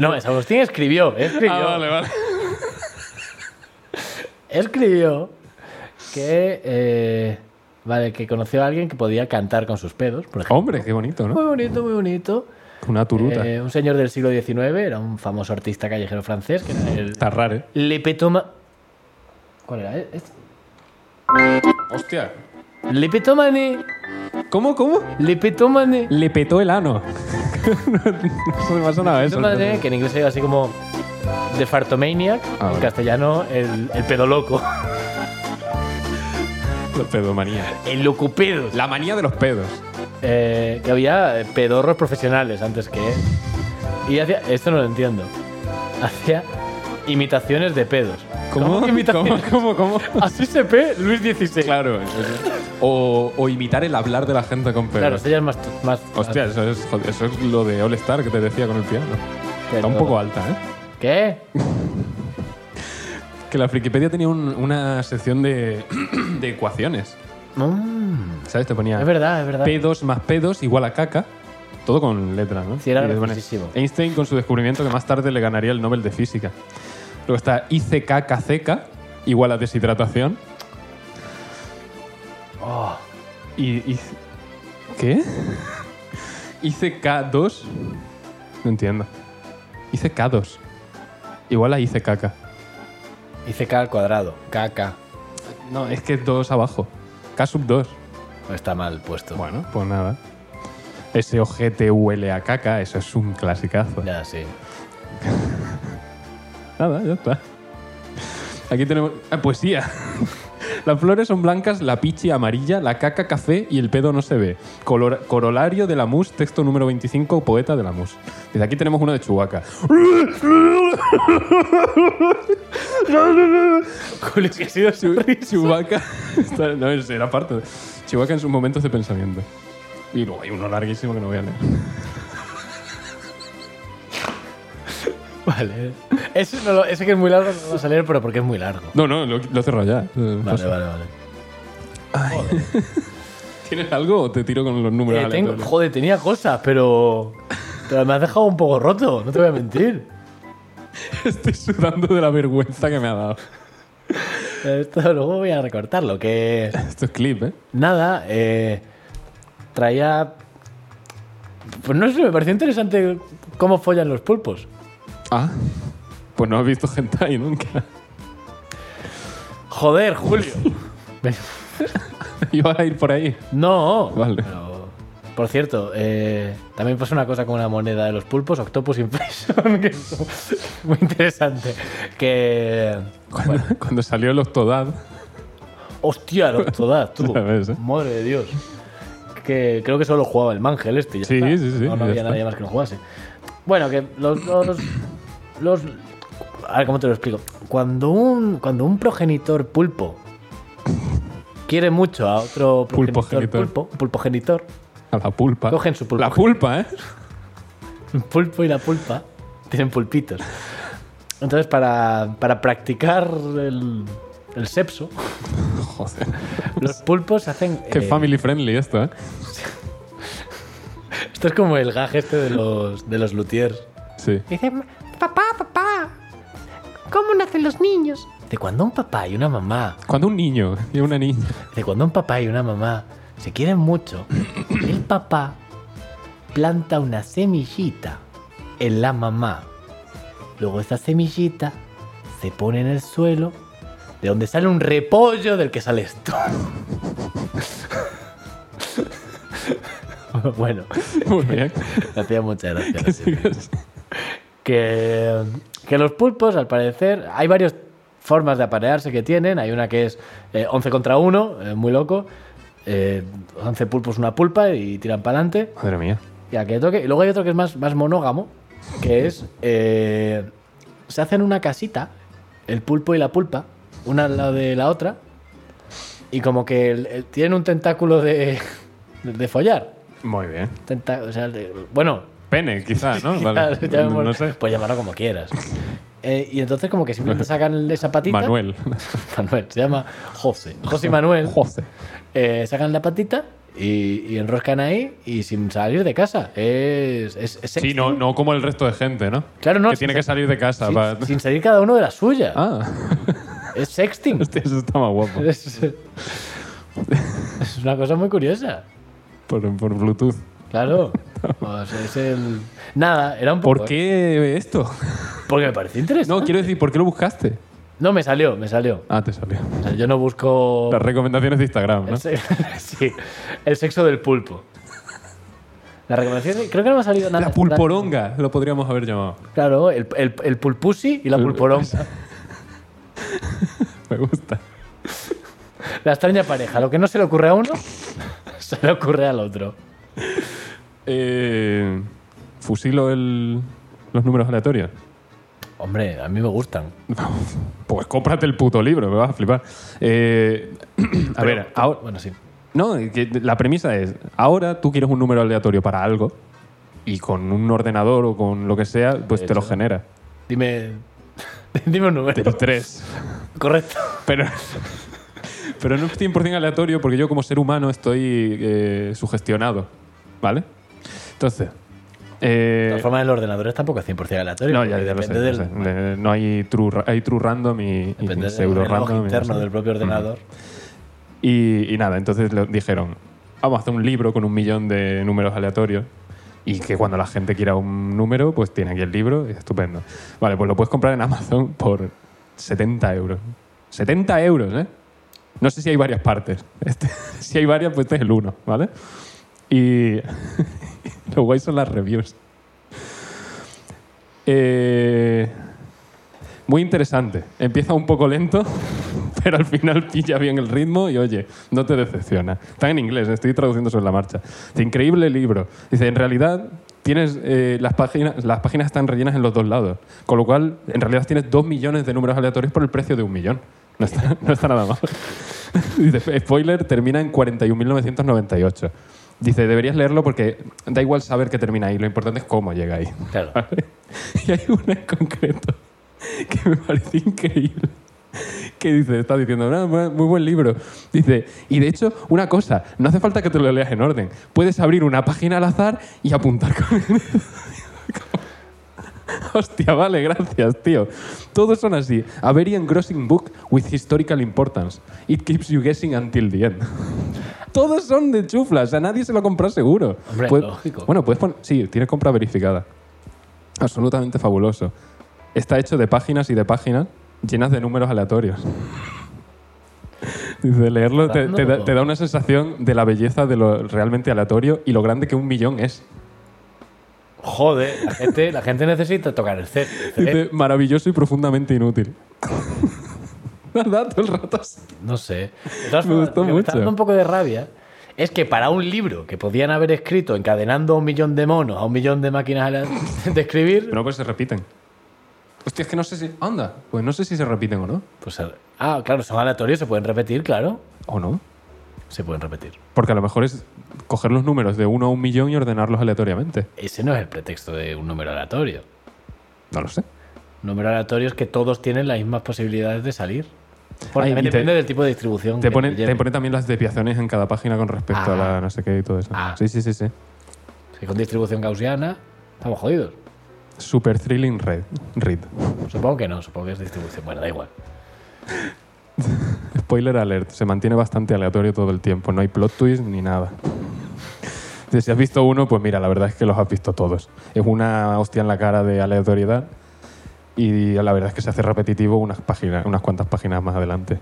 [SPEAKER 2] no, San Agustín escribió, escribió.
[SPEAKER 1] Ah, vale, vale.
[SPEAKER 2] escribió que eh, vale que conoció a alguien que podía cantar con sus pedos por ejemplo.
[SPEAKER 1] Hombre, qué bonito,
[SPEAKER 2] muy
[SPEAKER 1] ¿no?
[SPEAKER 2] bonito muy bonito
[SPEAKER 1] Una turuta.
[SPEAKER 2] Eh, un señor del siglo XIX era un famoso artista callejero francés que era el
[SPEAKER 1] Está raro, ¿eh?
[SPEAKER 2] Lepetoma ¿cuál era? este?
[SPEAKER 1] Hostia.
[SPEAKER 2] Lepetomane
[SPEAKER 1] ¿Cómo, cómo?
[SPEAKER 2] Lepetomane
[SPEAKER 1] Le petó el ano. <laughs> no se me ha sonado Ah, eso.
[SPEAKER 2] Lepetomane, que en inglés era así como The Fartomaniac
[SPEAKER 1] Ah,
[SPEAKER 2] en
[SPEAKER 1] vale.
[SPEAKER 2] castellano el, el pedo loco
[SPEAKER 1] La pedomanía.
[SPEAKER 2] el locupedo
[SPEAKER 1] La manía de los pedos.
[SPEAKER 2] Eh, que había eh, pedorros profesionales antes que él. Y hacía, esto no lo entiendo. Hacía imitaciones de pedos.
[SPEAKER 1] ¿Cómo?
[SPEAKER 2] que imitaciones?
[SPEAKER 1] ¿Cómo, cómo?
[SPEAKER 2] <laughs>
[SPEAKER 1] cómo?
[SPEAKER 2] Así se ve Luis XVI. Claro,
[SPEAKER 1] Claro. O, o imitar el hablar de la gente con pedos.
[SPEAKER 2] esto este ya es más. más
[SPEAKER 1] Hostia, eso es, joder, eso es lo de All Star que te decía con el piano.
[SPEAKER 2] que
[SPEAKER 1] Está un
[SPEAKER 2] no.
[SPEAKER 1] poco alta, ¿eh?
[SPEAKER 2] ¿Qué?
[SPEAKER 1] Que la Frikipedia tenía un- una sección de, <clears throat> de ecuaciones.
[SPEAKER 2] Mm,
[SPEAKER 1] ¿Sabes? Te ponía
[SPEAKER 2] es verdad, es verdad.
[SPEAKER 1] pedos más pedos igual a caca. Todo con letras, ¿no?
[SPEAKER 2] Sí, era
[SPEAKER 1] Y te pone
[SPEAKER 2] graciosísimo.
[SPEAKER 1] Einstein con su descubrimiento que más tarde le ganaría el Nobel de Física. Luego está ICKKCK igual a deshidratación.
[SPEAKER 2] Oh,
[SPEAKER 1] Y, y- ¿Qué? ICK2. No entiendo. ICK2. Igual a ICKK.
[SPEAKER 2] hice K al cuadrado. KK.
[SPEAKER 1] No, es que 2 abajo. K sub 2.
[SPEAKER 2] Está mal puesto.
[SPEAKER 1] Bueno, pues nada. Ese ojete huele a caca, eso es un clasicazo.
[SPEAKER 2] Ya, sí.
[SPEAKER 1] Nada, ya está. Aquí tenemos. ah, poesía. <laughs> Las flores son blancas, la pichi amarilla, la caca café y el pedo no se ve. Color- corolario de la mus, texto número 25, poeta de la mus. Desde aquí tenemos uno de Chubaca.
[SPEAKER 2] Con lo que ha sido su risa.
[SPEAKER 1] Chubaca. <laughs> no, es- era parte. de- Chewbacca en sus momentos de pensamiento. Y luego hay uno larguísimo que no voy a leer.
[SPEAKER 2] Vale. <laughs> Ese, no lo- ese que es muy largo no lo va a salir, pero porque es muy largo.
[SPEAKER 1] No, no, lo, lo he cerrado ya. Eh,
[SPEAKER 2] Vale, vale, vale.
[SPEAKER 1] ¿Tienes algo o te tiro con los números?
[SPEAKER 2] Eh, tengo-
[SPEAKER 1] aleatorios?
[SPEAKER 2] joder, tenía cosas, pero, pero me has dejado un poco roto, no te voy a mentir.
[SPEAKER 1] <laughs> Estoy sudando de la vergüenza que me ha dado.
[SPEAKER 2] Esto luego voy a recortarlo, que...
[SPEAKER 1] Esto es clip, ¿eh?
[SPEAKER 2] Nada, eh, traía... Pues no sé, me pareció interesante cómo follan los pulpos.
[SPEAKER 1] Ah. Pues no has visto gente ahí nunca. <laughs>
[SPEAKER 2] Joder, Julio.
[SPEAKER 1] Ibas a ir por ahí.
[SPEAKER 2] No.
[SPEAKER 1] Vale.
[SPEAKER 2] Pero, por cierto, eh, también pasó una cosa con una moneda de los pulpos, Octopus Inflation, <laughs> que es muy interesante. Que...
[SPEAKER 1] Cuando, cuando salió el Octodad.
[SPEAKER 2] Hostia, lo
[SPEAKER 1] <laughs>
[SPEAKER 2] todas, tú.
[SPEAKER 1] Ya ves, ¿eh?
[SPEAKER 2] Madre de Dios. Que creo que solo jugaba el Mangel este. ya
[SPEAKER 1] Sí,
[SPEAKER 2] está.
[SPEAKER 1] sí, sí,
[SPEAKER 2] No, no
[SPEAKER 1] ya
[SPEAKER 2] había
[SPEAKER 1] está.
[SPEAKER 2] nadie más que lo jugase. Bueno, que los. los, los- a ver, ¿cómo te lo explico? Cuando un, cuando un progenitor pulpo quiere mucho a otro progenitor
[SPEAKER 1] Pulpogenitor.
[SPEAKER 2] pulpo, pulpogenitor,
[SPEAKER 1] A la pulpa.
[SPEAKER 2] Cogen su pulpa.
[SPEAKER 1] La pulpa, ¿eh?
[SPEAKER 2] el pulpo y la pulpa tienen pulpitos. Entonces, para, para practicar el, el sepso,
[SPEAKER 1] <laughs> Joder.
[SPEAKER 2] los pulpos hacen.
[SPEAKER 1] Qué
[SPEAKER 2] eh,
[SPEAKER 1] family friendly esto, ¿eh?
[SPEAKER 2] Esto es como el gag este de los, de los luthiers.
[SPEAKER 1] Sí.
[SPEAKER 2] Dice, papá, papá, ¿cómo nacen los niños? De cuando un papá y una mamá,
[SPEAKER 1] Cuando un niño y una <laughs> niña.
[SPEAKER 2] de cuando un papá y una mamá se quieren mucho, el papá planta una semillita en la mamá. Luego esa semillita se pone en el suelo, de donde sale un repollo del que sale esto. <laughs> bueno,
[SPEAKER 1] Muy bien.
[SPEAKER 2] me hacía mucha gracia. la
[SPEAKER 1] Sí,
[SPEAKER 2] serie.
[SPEAKER 1] sí.
[SPEAKER 2] que, que los pulpos, al parecer, hay varias formas de aparearse que tienen. Hay una que es eh, 11 contra 1, eh, muy loco. Eh, 11 pulpos, una pulpa y tiran para adelante.
[SPEAKER 1] Madre mía.
[SPEAKER 2] Y al que le toque. Y luego hay otro que es más, más monógamo, que es. eh, se hacen una casita, el pulpo y la pulpa, una al lado de la otra. Y como que el- el- tienen un tentáculo de, <laughs> de follar.
[SPEAKER 1] Muy bien.
[SPEAKER 2] Tenta- o sea, de- bueno,
[SPEAKER 1] Pene, quizás,
[SPEAKER 2] <laughs>
[SPEAKER 1] ¿no? <laughs> Vale.
[SPEAKER 2] Claro, llamémoslo-
[SPEAKER 1] No sé.
[SPEAKER 2] Pues llamarlo como quieras. Eh, y entonces como que simplemente sacan esa patita.
[SPEAKER 1] Manuel.
[SPEAKER 2] <laughs> Manuel, se llama José. José y Manuel.
[SPEAKER 1] José.
[SPEAKER 2] eh, sacan la patita y, y enroscan ahí y sin salir de casa. Es, es, es
[SPEAKER 1] Sí, no, no como el resto de gente, ¿no?
[SPEAKER 2] Claro, no,
[SPEAKER 1] Que
[SPEAKER 2] sí,
[SPEAKER 1] tiene
[SPEAKER 2] sí.
[SPEAKER 1] que salir de casa
[SPEAKER 2] sin,
[SPEAKER 1] para.
[SPEAKER 2] sin salir cada uno de la suya.
[SPEAKER 1] <laughs> Ah,
[SPEAKER 2] Es sexting.
[SPEAKER 1] hostia, Este, eso está más guapo.
[SPEAKER 2] es, es una cosa muy curiosa.
[SPEAKER 1] Por, por Bluetooth.
[SPEAKER 2] Claro. O sea, es el... Nada, era un poco...
[SPEAKER 1] ¿Por qué esto?
[SPEAKER 2] Porque me pareció interesante.
[SPEAKER 1] No,
[SPEAKER 2] No,
[SPEAKER 1] quiero decir, ¿por qué lo buscaste?
[SPEAKER 2] me salió, me salió.
[SPEAKER 1] Ah, te salió.
[SPEAKER 2] O sea, yo no busco...
[SPEAKER 1] Las recomendaciones de Instagram, ¿no?
[SPEAKER 2] El se- <laughs> sí, el sexo del pulpo. La recomendación, creo que no me ha salido nada.
[SPEAKER 1] La pulporonga, lo podríamos haber llamado.
[SPEAKER 2] Claro, el, el, el pulpusi y la
[SPEAKER 1] <laughs>
[SPEAKER 2] pulporonga.
[SPEAKER 1] Me gusta.
[SPEAKER 2] La extraña pareja. Lo que no se le ocurre a uno, <laughs> se le ocurre al otro.
[SPEAKER 1] Eh, ¿Fusilo el, los números aleatorios?
[SPEAKER 2] Hombre, a mí me gustan.
[SPEAKER 1] Pues cómprate el puto libro, me vas a flipar. Eh, <clears throat> a ver, ahora,
[SPEAKER 2] Bueno, sí.
[SPEAKER 1] No, que la premisa es, ahora tú quieres un número aleatorio para algo y con un ordenador o con lo que sea, pues te lo genera.
[SPEAKER 2] Dime, <laughs> dime un número.
[SPEAKER 1] El 3.
[SPEAKER 2] Correcto.
[SPEAKER 1] Pero, pero no es 100% aleatorio porque yo como ser humano estoy eh, sugestionado, ¿vale? Entonces... eh,
[SPEAKER 2] La forma del ordenador es tampoco 100% aleatoria.
[SPEAKER 1] no, ya,
[SPEAKER 2] porque
[SPEAKER 1] ya lo sé.
[SPEAKER 2] depende
[SPEAKER 1] ya
[SPEAKER 2] del-
[SPEAKER 1] lo sé. De- no hay true, ra- hay true random y, y
[SPEAKER 2] Depende del
[SPEAKER 1] pseudo
[SPEAKER 2] reloj
[SPEAKER 1] random. y no
[SPEAKER 2] interno
[SPEAKER 1] sé. Mm. Ah.
[SPEAKER 2] del propio ordenador.
[SPEAKER 1] Y, y nada, entonces lo- dijeron, vamos a hacer un libro con un millón de números aleatorios y que cuando la gente quiera un número, pues tiene aquí el libro y estupendo. Vale, pues lo puedes comprar en Amazon por 70 euros. 70 euros, ¿eh? No sé si hay varias partes. Este- <laughs> si hay varias, pues este es el uno, ¿vale? Y <laughs> lo guay son las reviews. Eh, muy interesante. Empieza un poco lento, <laughs> pero al final pilla bien el ritmo y oye, no te decepciona. Está en inglés, estoy traduciendo sobre la marcha. Dice, increíble libro. Dice, en realidad tienes eh, las páginas, las páginas están rellenas en los dos lados, con lo cual en realidad tienes dos millones de números aleatorios por el precio de un millón. No está, <laughs> no está nada mal. Dice, spoiler, termina en 41.998. Dice, deberías leerlo porque da igual saber que termina ahí, lo importante es cómo llega ahí. <laughs>
[SPEAKER 2] Claro.
[SPEAKER 1] ¿vale? Y hay una en concreto <laughs> que me parece increíble. Que dice, está diciendo, "Ah, bu- muy buen libro. Dice, y de hecho, una cosa, no hace falta que te lo leas en orden. Puedes abrir una página al azar y apuntar con el dedo". <laughs> Como, Hostia, vale, gracias, tío. Todos son así. A very engrossing book with historical importance. It keeps you guessing until the end. <laughs> Todos son de chuflas, a nadie se lo compró seguro.
[SPEAKER 2] Hombre,
[SPEAKER 1] Pues-
[SPEAKER 2] lógico.
[SPEAKER 1] Bueno, puedes poner. Sí, tiene compra verificada. Absolutamente fabuloso. Está hecho de páginas y de páginas llenas de números aleatorios. Dice, leerlo te, te da, te da una sensación de la belleza de lo realmente aleatorio y lo grande que un millón es.
[SPEAKER 2] Joder, la gente, la gente necesita tocar el ¿eh? set.
[SPEAKER 1] Dice, maravilloso y
[SPEAKER 2] <laughs>
[SPEAKER 1] profundamente inútil. ¿Verdad? Todo el rato así.
[SPEAKER 2] No
[SPEAKER 1] <laughs>
[SPEAKER 2] sé. De todas
[SPEAKER 1] Me
[SPEAKER 2] formas,
[SPEAKER 1] gustó
[SPEAKER 2] lo que me está
[SPEAKER 1] mucho.
[SPEAKER 2] dando un poco de rabia es que para un libro que podían haber escrito encadenando a un millón de monos a un millón de máquinas a la- <laughs> de escribir,
[SPEAKER 1] Pero no, pues se repiten. Hostia, es que no sé si... Anda, pues no sé si se repiten o no.
[SPEAKER 2] pues... a- Ah, claro, son aleatorios, se pueden repetir, claro.
[SPEAKER 1] ¿O no?
[SPEAKER 2] Se pueden repetir.
[SPEAKER 1] Porque a lo mejor es coger los números de uno a un millón y ordenarlos aleatoriamente.
[SPEAKER 2] Ese no es el pretexto de un número aleatorio.
[SPEAKER 1] No lo sé.
[SPEAKER 2] Número aleatorio es que todos tienen las mismas posibilidades de salir. Bueno,
[SPEAKER 1] Ay,
[SPEAKER 2] también
[SPEAKER 1] y te-
[SPEAKER 2] depende del tipo de distribución.
[SPEAKER 1] Te
[SPEAKER 2] que
[SPEAKER 1] ponen,
[SPEAKER 2] lleven.
[SPEAKER 1] te ponen también las desviaciones en cada página con respecto a
[SPEAKER 2] Ah.
[SPEAKER 1] la no sé qué y todo eso.
[SPEAKER 2] Ah.
[SPEAKER 1] Sí, sí, sí, sí.
[SPEAKER 2] Si con distribución gaussiana, estamos jodidos.
[SPEAKER 1] Super Thrilling Red. Read.
[SPEAKER 2] Supongo que no, supongo que es distribución. Bueno, da igual.
[SPEAKER 1] Spoiler alert, se mantiene bastante aleatorio todo el tiempo, no hay plot twist ni nada. Dice, Si has visto uno, pues mira, la verdad es que los has visto todos. Es una hostia en la cara de aleatoriedad y la verdad es que se hace repetitivo unas, páginas, unas cuantas páginas más adelante.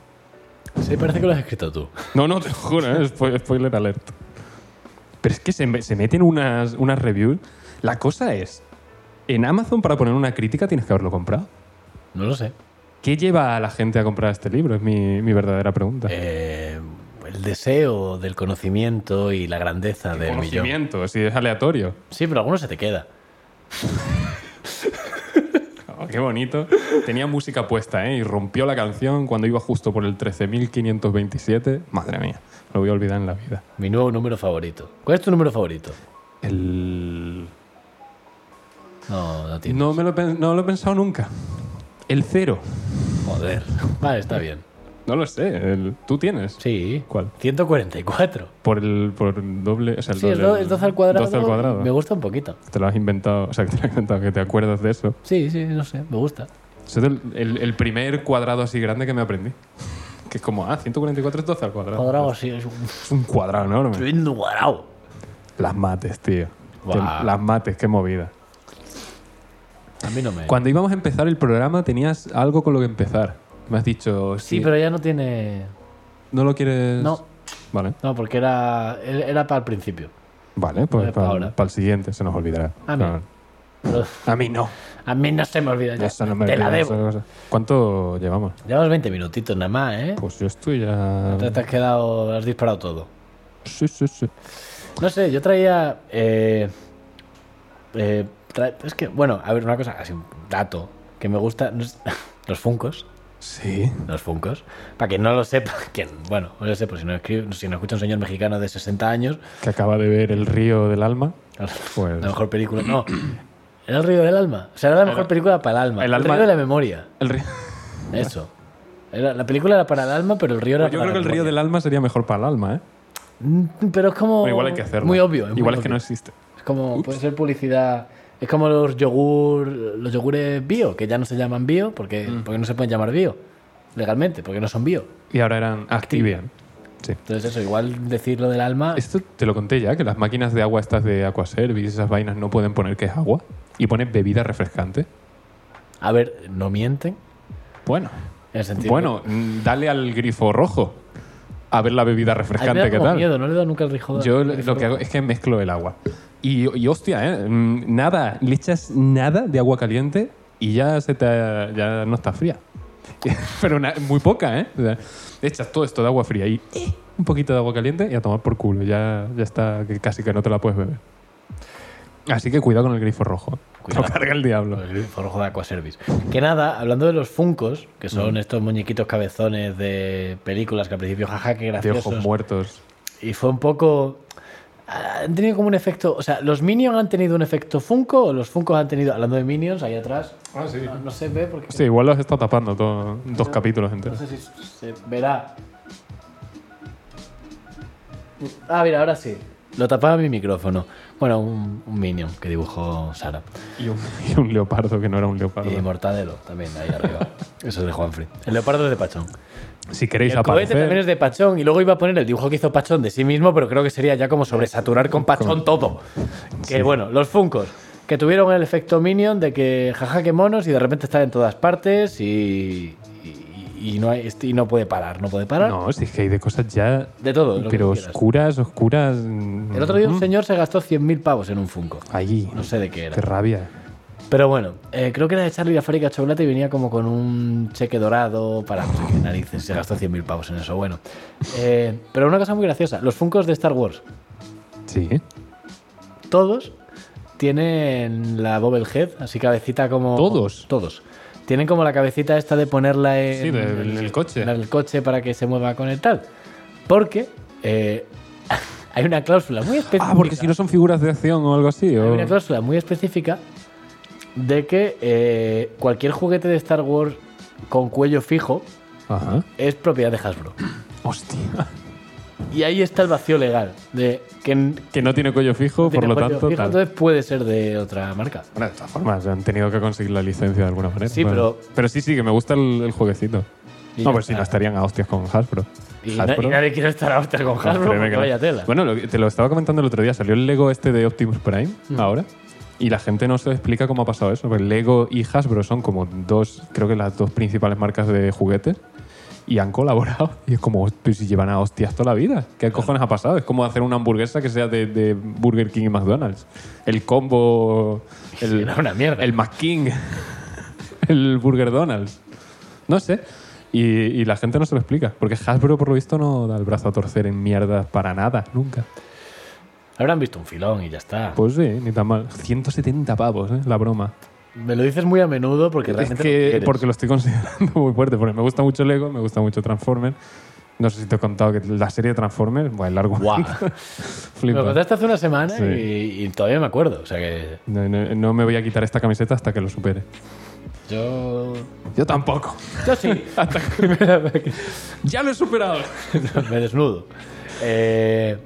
[SPEAKER 2] Sí, parece que lo has escrito tú.
[SPEAKER 1] No, no, te juro, ¿eh? Spo- spoiler alert. Pero es que se, me- se meten unas, unas reviews. La cosa es, en Amazon para poner una crítica tienes que haberlo comprado.
[SPEAKER 2] No lo sé.
[SPEAKER 1] ¿Qué lleva a la gente a comprar este libro? Es mi, mi verdadera pregunta.
[SPEAKER 2] Eh, el deseo del conocimiento y la grandeza del millón.
[SPEAKER 1] Conocimiento, si es aleatorio.
[SPEAKER 2] Sí, pero alguno se te queda.
[SPEAKER 1] Oh, qué bonito. Tenía música puesta, ¿eh? Y rompió la canción cuando iba justo por el 13.527. Madre mía, lo voy a olvidar en la vida.
[SPEAKER 2] Mi nuevo número favorito. ¿Cuál es tu número favorito?
[SPEAKER 1] El...
[SPEAKER 2] No, no tiene.
[SPEAKER 1] No, me lo, he pen- no lo he pensado nunca. El cero.
[SPEAKER 2] Joder. Vale, está bien.
[SPEAKER 1] No lo sé. el- ¿Tú tienes?
[SPEAKER 2] Sí.
[SPEAKER 1] ¿Cuál?
[SPEAKER 2] 144.
[SPEAKER 1] Por el, por el doble... O sea, el
[SPEAKER 2] Sí, es,
[SPEAKER 1] doble-
[SPEAKER 2] do- es 12 al cuadrado.
[SPEAKER 1] 12 al cuadrado.
[SPEAKER 2] Me gusta un poquito.
[SPEAKER 1] Te lo has inventado. O sea, que te lo has inventado, que te acuerdas de eso.
[SPEAKER 2] Sí, sí, no sé. Me gusta.
[SPEAKER 1] Eso es el, el- el primer cuadrado así grande que me aprendí. Que es como, ah, 144 es 12 al cuadrado.
[SPEAKER 2] Cuadrado sí, es un
[SPEAKER 1] <laughs> Es un cuadrado enorme.
[SPEAKER 2] tremendo cuadrado.
[SPEAKER 1] Las mates, tío.
[SPEAKER 2] Guau.
[SPEAKER 1] Qué- las mates, qué movida.
[SPEAKER 2] A mí no me.
[SPEAKER 1] Cuando íbamos a empezar el programa tenías algo con lo que empezar. Me has dicho,
[SPEAKER 2] Sí,
[SPEAKER 1] si
[SPEAKER 2] pero ya no tiene.
[SPEAKER 1] ¿No lo quieres?
[SPEAKER 2] No.
[SPEAKER 1] Vale,
[SPEAKER 2] No, porque era, era para el principio.
[SPEAKER 1] vale, pues
[SPEAKER 2] Vale, pa'
[SPEAKER 1] para,
[SPEAKER 2] ahora.
[SPEAKER 1] el siguiente se nos olvidará.
[SPEAKER 2] Ah, mira. Pero
[SPEAKER 1] A mí no.
[SPEAKER 2] a mí no se me olvida ya.
[SPEAKER 1] Eso no me
[SPEAKER 2] Te la
[SPEAKER 1] olvida,
[SPEAKER 2] debo.
[SPEAKER 1] esa cosa. ¿Cuánto llevamos?
[SPEAKER 2] Llevamos 20 minutitos nada más, ¿eh?
[SPEAKER 1] Pues yo estoy ya...
[SPEAKER 2] Te, te has quedado, has disparado todo.
[SPEAKER 1] Sí, sí, sí.
[SPEAKER 2] No sé, yo traía. eh, eh, tra- es que, bueno, a ver, una cosa, así un dato que me gusta. no es- <laughs> Los funcos.
[SPEAKER 1] Sí.
[SPEAKER 2] Los funcos. Para quien no lo sepa, <laughs> quien, bueno, no lo sé, por si no, escribe, si no escucha un señor mexicano de 60 años,
[SPEAKER 1] Que acaba de ver El río del alma. Pues...
[SPEAKER 2] La mejor película.
[SPEAKER 1] <clears throat>
[SPEAKER 2] No. Era el río del alma. O sea, era la mejor película para el alma.
[SPEAKER 1] El
[SPEAKER 2] El,
[SPEAKER 1] alma-
[SPEAKER 2] río de la memoria.
[SPEAKER 1] El
[SPEAKER 2] <laughs>
[SPEAKER 1] río-
[SPEAKER 2] Eso. Era- la película era para el alma, pero el río era
[SPEAKER 1] Pues Yo
[SPEAKER 2] para
[SPEAKER 1] creo que el río del alma sería mejor para el alma, ¿eh?
[SPEAKER 2] Mm, Pero es como.
[SPEAKER 1] Pero igual hay que hacerlo.
[SPEAKER 2] Muy obvio.
[SPEAKER 1] Igual
[SPEAKER 2] muy
[SPEAKER 1] es que no
[SPEAKER 2] obvio.
[SPEAKER 1] existe.
[SPEAKER 2] Es como. Puede ser publicidad. Es como los yogur. Los yogures bio, que ya no se llaman bio porque,
[SPEAKER 1] Mm.
[SPEAKER 2] porque no se pueden llamar bio. Legalmente, porque no son bio.
[SPEAKER 1] Y ahora eran Activian. Sí.
[SPEAKER 2] Entonces, eso, igual decir lo del alma.
[SPEAKER 1] Esto te lo conté ya, que las máquinas de agua estas de Aquaservice, esas vainas no pueden poner que es agua y pone bebida refrescante.
[SPEAKER 2] A ver, no mienten.
[SPEAKER 1] Bueno,
[SPEAKER 2] En el sentido.
[SPEAKER 1] bueno, mm, dale al grifo rojo a ver la bebida
[SPEAKER 2] a mí me da
[SPEAKER 1] refrescante, ¿qué
[SPEAKER 2] como
[SPEAKER 1] tal?
[SPEAKER 2] miedo, no le he dado nunca el rijo.
[SPEAKER 1] Yo lo que hago es que mezclo el agua. Y, y hostia, ¿eh? Mm, nada, le echas nada de agua caliente y ya, se te, ha- ya no está fría. <laughs> Pero na- muy poca, ¿eh? O sea, le echas todo esto de agua fría y eh, un poquito de agua caliente y a tomar por culo. Ya, ya está, que casi que no te la puedes beber. Así que cuidado con el grifo rojo.
[SPEAKER 2] Cuidado.
[SPEAKER 1] Lo carga el diablo.
[SPEAKER 2] El grifo rojo de Aquaservice. Que nada, hablando de los Funcos, que son
[SPEAKER 1] Mm.
[SPEAKER 2] estos muñequitos cabezones de películas que al principio, jaja, que
[SPEAKER 1] De ojos
[SPEAKER 2] graciosos.
[SPEAKER 1] muertos.
[SPEAKER 2] Y fue un poco. Han tenido como un efecto. O sea, ¿los Minions han tenido un efecto Funko o los Funcos han tenido. Hablando de Minions, ahí atrás.
[SPEAKER 1] Ah, sí.
[SPEAKER 2] No, no se ve porque.
[SPEAKER 1] Sí, igual lo has estado tapando todo- dos capítulos
[SPEAKER 2] No
[SPEAKER 1] enteros.
[SPEAKER 2] sé si se verá. Ah, mira, ahora sí. Lo tapaba mi micrófono. Bueno, un, un Minion que dibujó Sara.
[SPEAKER 1] Y un, y un leopardo que no era un leopardo.
[SPEAKER 2] Y Mortadelo también, ahí arriba. Eso es de Juanfrey. El leopardo es de Pachón.
[SPEAKER 1] Si queréis
[SPEAKER 2] El cohete
[SPEAKER 1] aparecer...
[SPEAKER 2] también es de Pachón y luego iba a poner el dibujo que hizo Pachón de sí mismo, pero creo que sería ya como sobresaturar con Pachón todo. Que bueno, los Funcos, que tuvieron el efecto Minion de que jaja que monos y de repente están en todas partes y, y, y no, hay- y no puede parar, no puede parar.
[SPEAKER 1] No, si es que hay de cosas ya.
[SPEAKER 2] De todo, lo
[SPEAKER 1] Pero
[SPEAKER 2] que quieras.
[SPEAKER 1] oscuras, oscuras. mm,
[SPEAKER 2] El otro día un señor se gastó 100.000 pavos en un Funko.
[SPEAKER 1] Ahí.
[SPEAKER 2] No sé de qué era.
[SPEAKER 1] Qué rabia.
[SPEAKER 2] Pero bueno, eh, creo que era de Charlie la fábrica de chocolate y venía como con un cheque dorado para no sé qué narices. Se gastó 100.000 pavos en eso, bueno. Eh, pero una cosa muy graciosa, los Funkos de Star Wars,
[SPEAKER 1] Sí.
[SPEAKER 2] ¿Eh? todos tienen la bobblehead, así cabecita como...
[SPEAKER 1] ¿Todos?
[SPEAKER 2] Todos. Tienen como la cabecita esta de ponerla en,
[SPEAKER 1] Sí, de- en el coche.
[SPEAKER 2] En el coche para que se mueva con el tal. Porque eh, <laughs> hay una cláusula muy específica.
[SPEAKER 1] Ah, porque si no son figuras de acción o algo así.
[SPEAKER 2] Hay
[SPEAKER 1] O...
[SPEAKER 2] una cláusula muy específica de que eh, cualquier juguete de Star Wars con cuello fijo
[SPEAKER 1] Ajá.
[SPEAKER 2] es propiedad de Hasbro.
[SPEAKER 1] Hostia. <laughs>
[SPEAKER 2] Y ahí está el vacío legal. De que n-
[SPEAKER 1] Que no tiene cuello fijo, por
[SPEAKER 2] tiene
[SPEAKER 1] lo
[SPEAKER 2] cuello
[SPEAKER 1] tanto.
[SPEAKER 2] fijo,
[SPEAKER 1] tal.
[SPEAKER 2] entonces puede ser de otra marca.
[SPEAKER 1] Bueno, de todas formas, han tenido que conseguir la licencia de alguna manera.
[SPEAKER 2] Sí,
[SPEAKER 1] Bueno,
[SPEAKER 2] pero-
[SPEAKER 1] Pero sí, sí, que me gusta el, el jueguecito.
[SPEAKER 2] Y
[SPEAKER 1] No,
[SPEAKER 2] ya
[SPEAKER 1] pues si
[SPEAKER 2] está.
[SPEAKER 1] no estarían a hostias con Hasbro.
[SPEAKER 2] Y, na- y nadie quiere estar a hostias con
[SPEAKER 1] No,
[SPEAKER 2] Hasbro
[SPEAKER 1] créeme
[SPEAKER 2] porque
[SPEAKER 1] que no.
[SPEAKER 2] vaya tela. <laughs>
[SPEAKER 1] Bueno, lo que- te lo estaba comentando el otro día. Salió el Lego este de Optimus Prime
[SPEAKER 2] Mm.
[SPEAKER 1] ahora. Y la gente no se explica cómo ha pasado eso. Porque Lego y Hasbro son como dos, creo que las dos principales marcas de juguetes. Y han colaborado. Y es como, pues si llevan a hostias toda la vida. ¿Qué cojones ha pasado? Es como hacer una hamburguesa que sea de, de Burger King y McDonald's. El combo. El,
[SPEAKER 2] Era una mierda.
[SPEAKER 1] El McKing. el Burger Donald's. No sé. Y, y la gente no se lo explica. Porque Hasbro, por lo visto, no da el brazo a torcer en mierda para nada, nunca.
[SPEAKER 2] Habrán visto un filón y ya está.
[SPEAKER 1] Pues sí, ni tan mal. 170 pavos, ¿eh? la broma.
[SPEAKER 2] Me lo dices muy a menudo porque
[SPEAKER 1] Es
[SPEAKER 2] realmente. lo
[SPEAKER 1] que
[SPEAKER 2] quieres.
[SPEAKER 1] porque lo estoy <laughs> considerando muy fuerte. Porque me gusta mucho Lego, me gusta mucho Transformers. No sé si te he contado que la serie de Transformers, bueno, el largo. <laughs>
[SPEAKER 2] Guau. Me
[SPEAKER 1] Flipa.
[SPEAKER 2] lo contaste hace una semana
[SPEAKER 1] Sí.
[SPEAKER 2] y, y todavía me acuerdo. O sea que
[SPEAKER 1] No, no- no me voy a quitar esta camiseta hasta que lo supere.
[SPEAKER 2] yo.
[SPEAKER 1] Yo tampoco.
[SPEAKER 2] Yo sí.
[SPEAKER 1] <laughs> Hasta que me- ya lo he superado.
[SPEAKER 2] <laughs> me desnudo. Eh,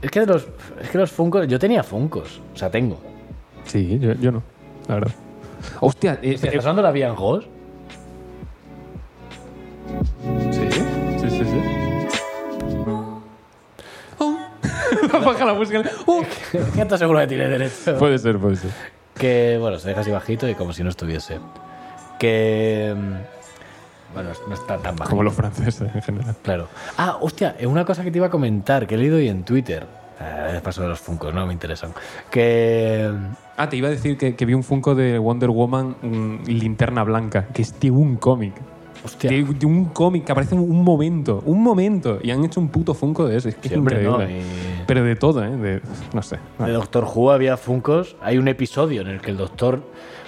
[SPEAKER 2] es que de los. Es que los Funkos. Yo tenía Funkos. O sea, tengo.
[SPEAKER 1] Sí, yo, yo no, la verdad. Hostia, eh,
[SPEAKER 2] ¿Estás
[SPEAKER 1] eh,
[SPEAKER 2] usando la Bian Ghost?
[SPEAKER 1] Sí, sí, sí, sí. Oh. <laughs> Baja la música. Uh.
[SPEAKER 2] ¿Qué estás seguro que tiene derecho?
[SPEAKER 1] Puede ser, puede ser.
[SPEAKER 2] Que, bueno, se deja así bajito y como si no estuviese. Que. mm, Bueno, no está tan bajo.
[SPEAKER 1] Como los franceses en general.
[SPEAKER 2] Claro. Ah, hostia, eh, una cosa que te iba a comentar, que he leído hoy en Twitter. Ah, paso de los Funkos, no me interesan. Que. mm,
[SPEAKER 1] Ah, te iba a decir que, que vi un Funko de Wonder Woman mm, Linterna Blanca, que es de un cómic.
[SPEAKER 2] Hostia.
[SPEAKER 1] De, de un cómic que aparece en un momento, un momento, y han hecho un puto Funko de eso. Es que es
[SPEAKER 2] Siempre, ¿no?
[SPEAKER 1] increíble.
[SPEAKER 2] Y-
[SPEAKER 1] Pero de todo, ¿eh? De, no sé.
[SPEAKER 2] De Doctor Who había Funkos. Hay un episodio en el que el doctor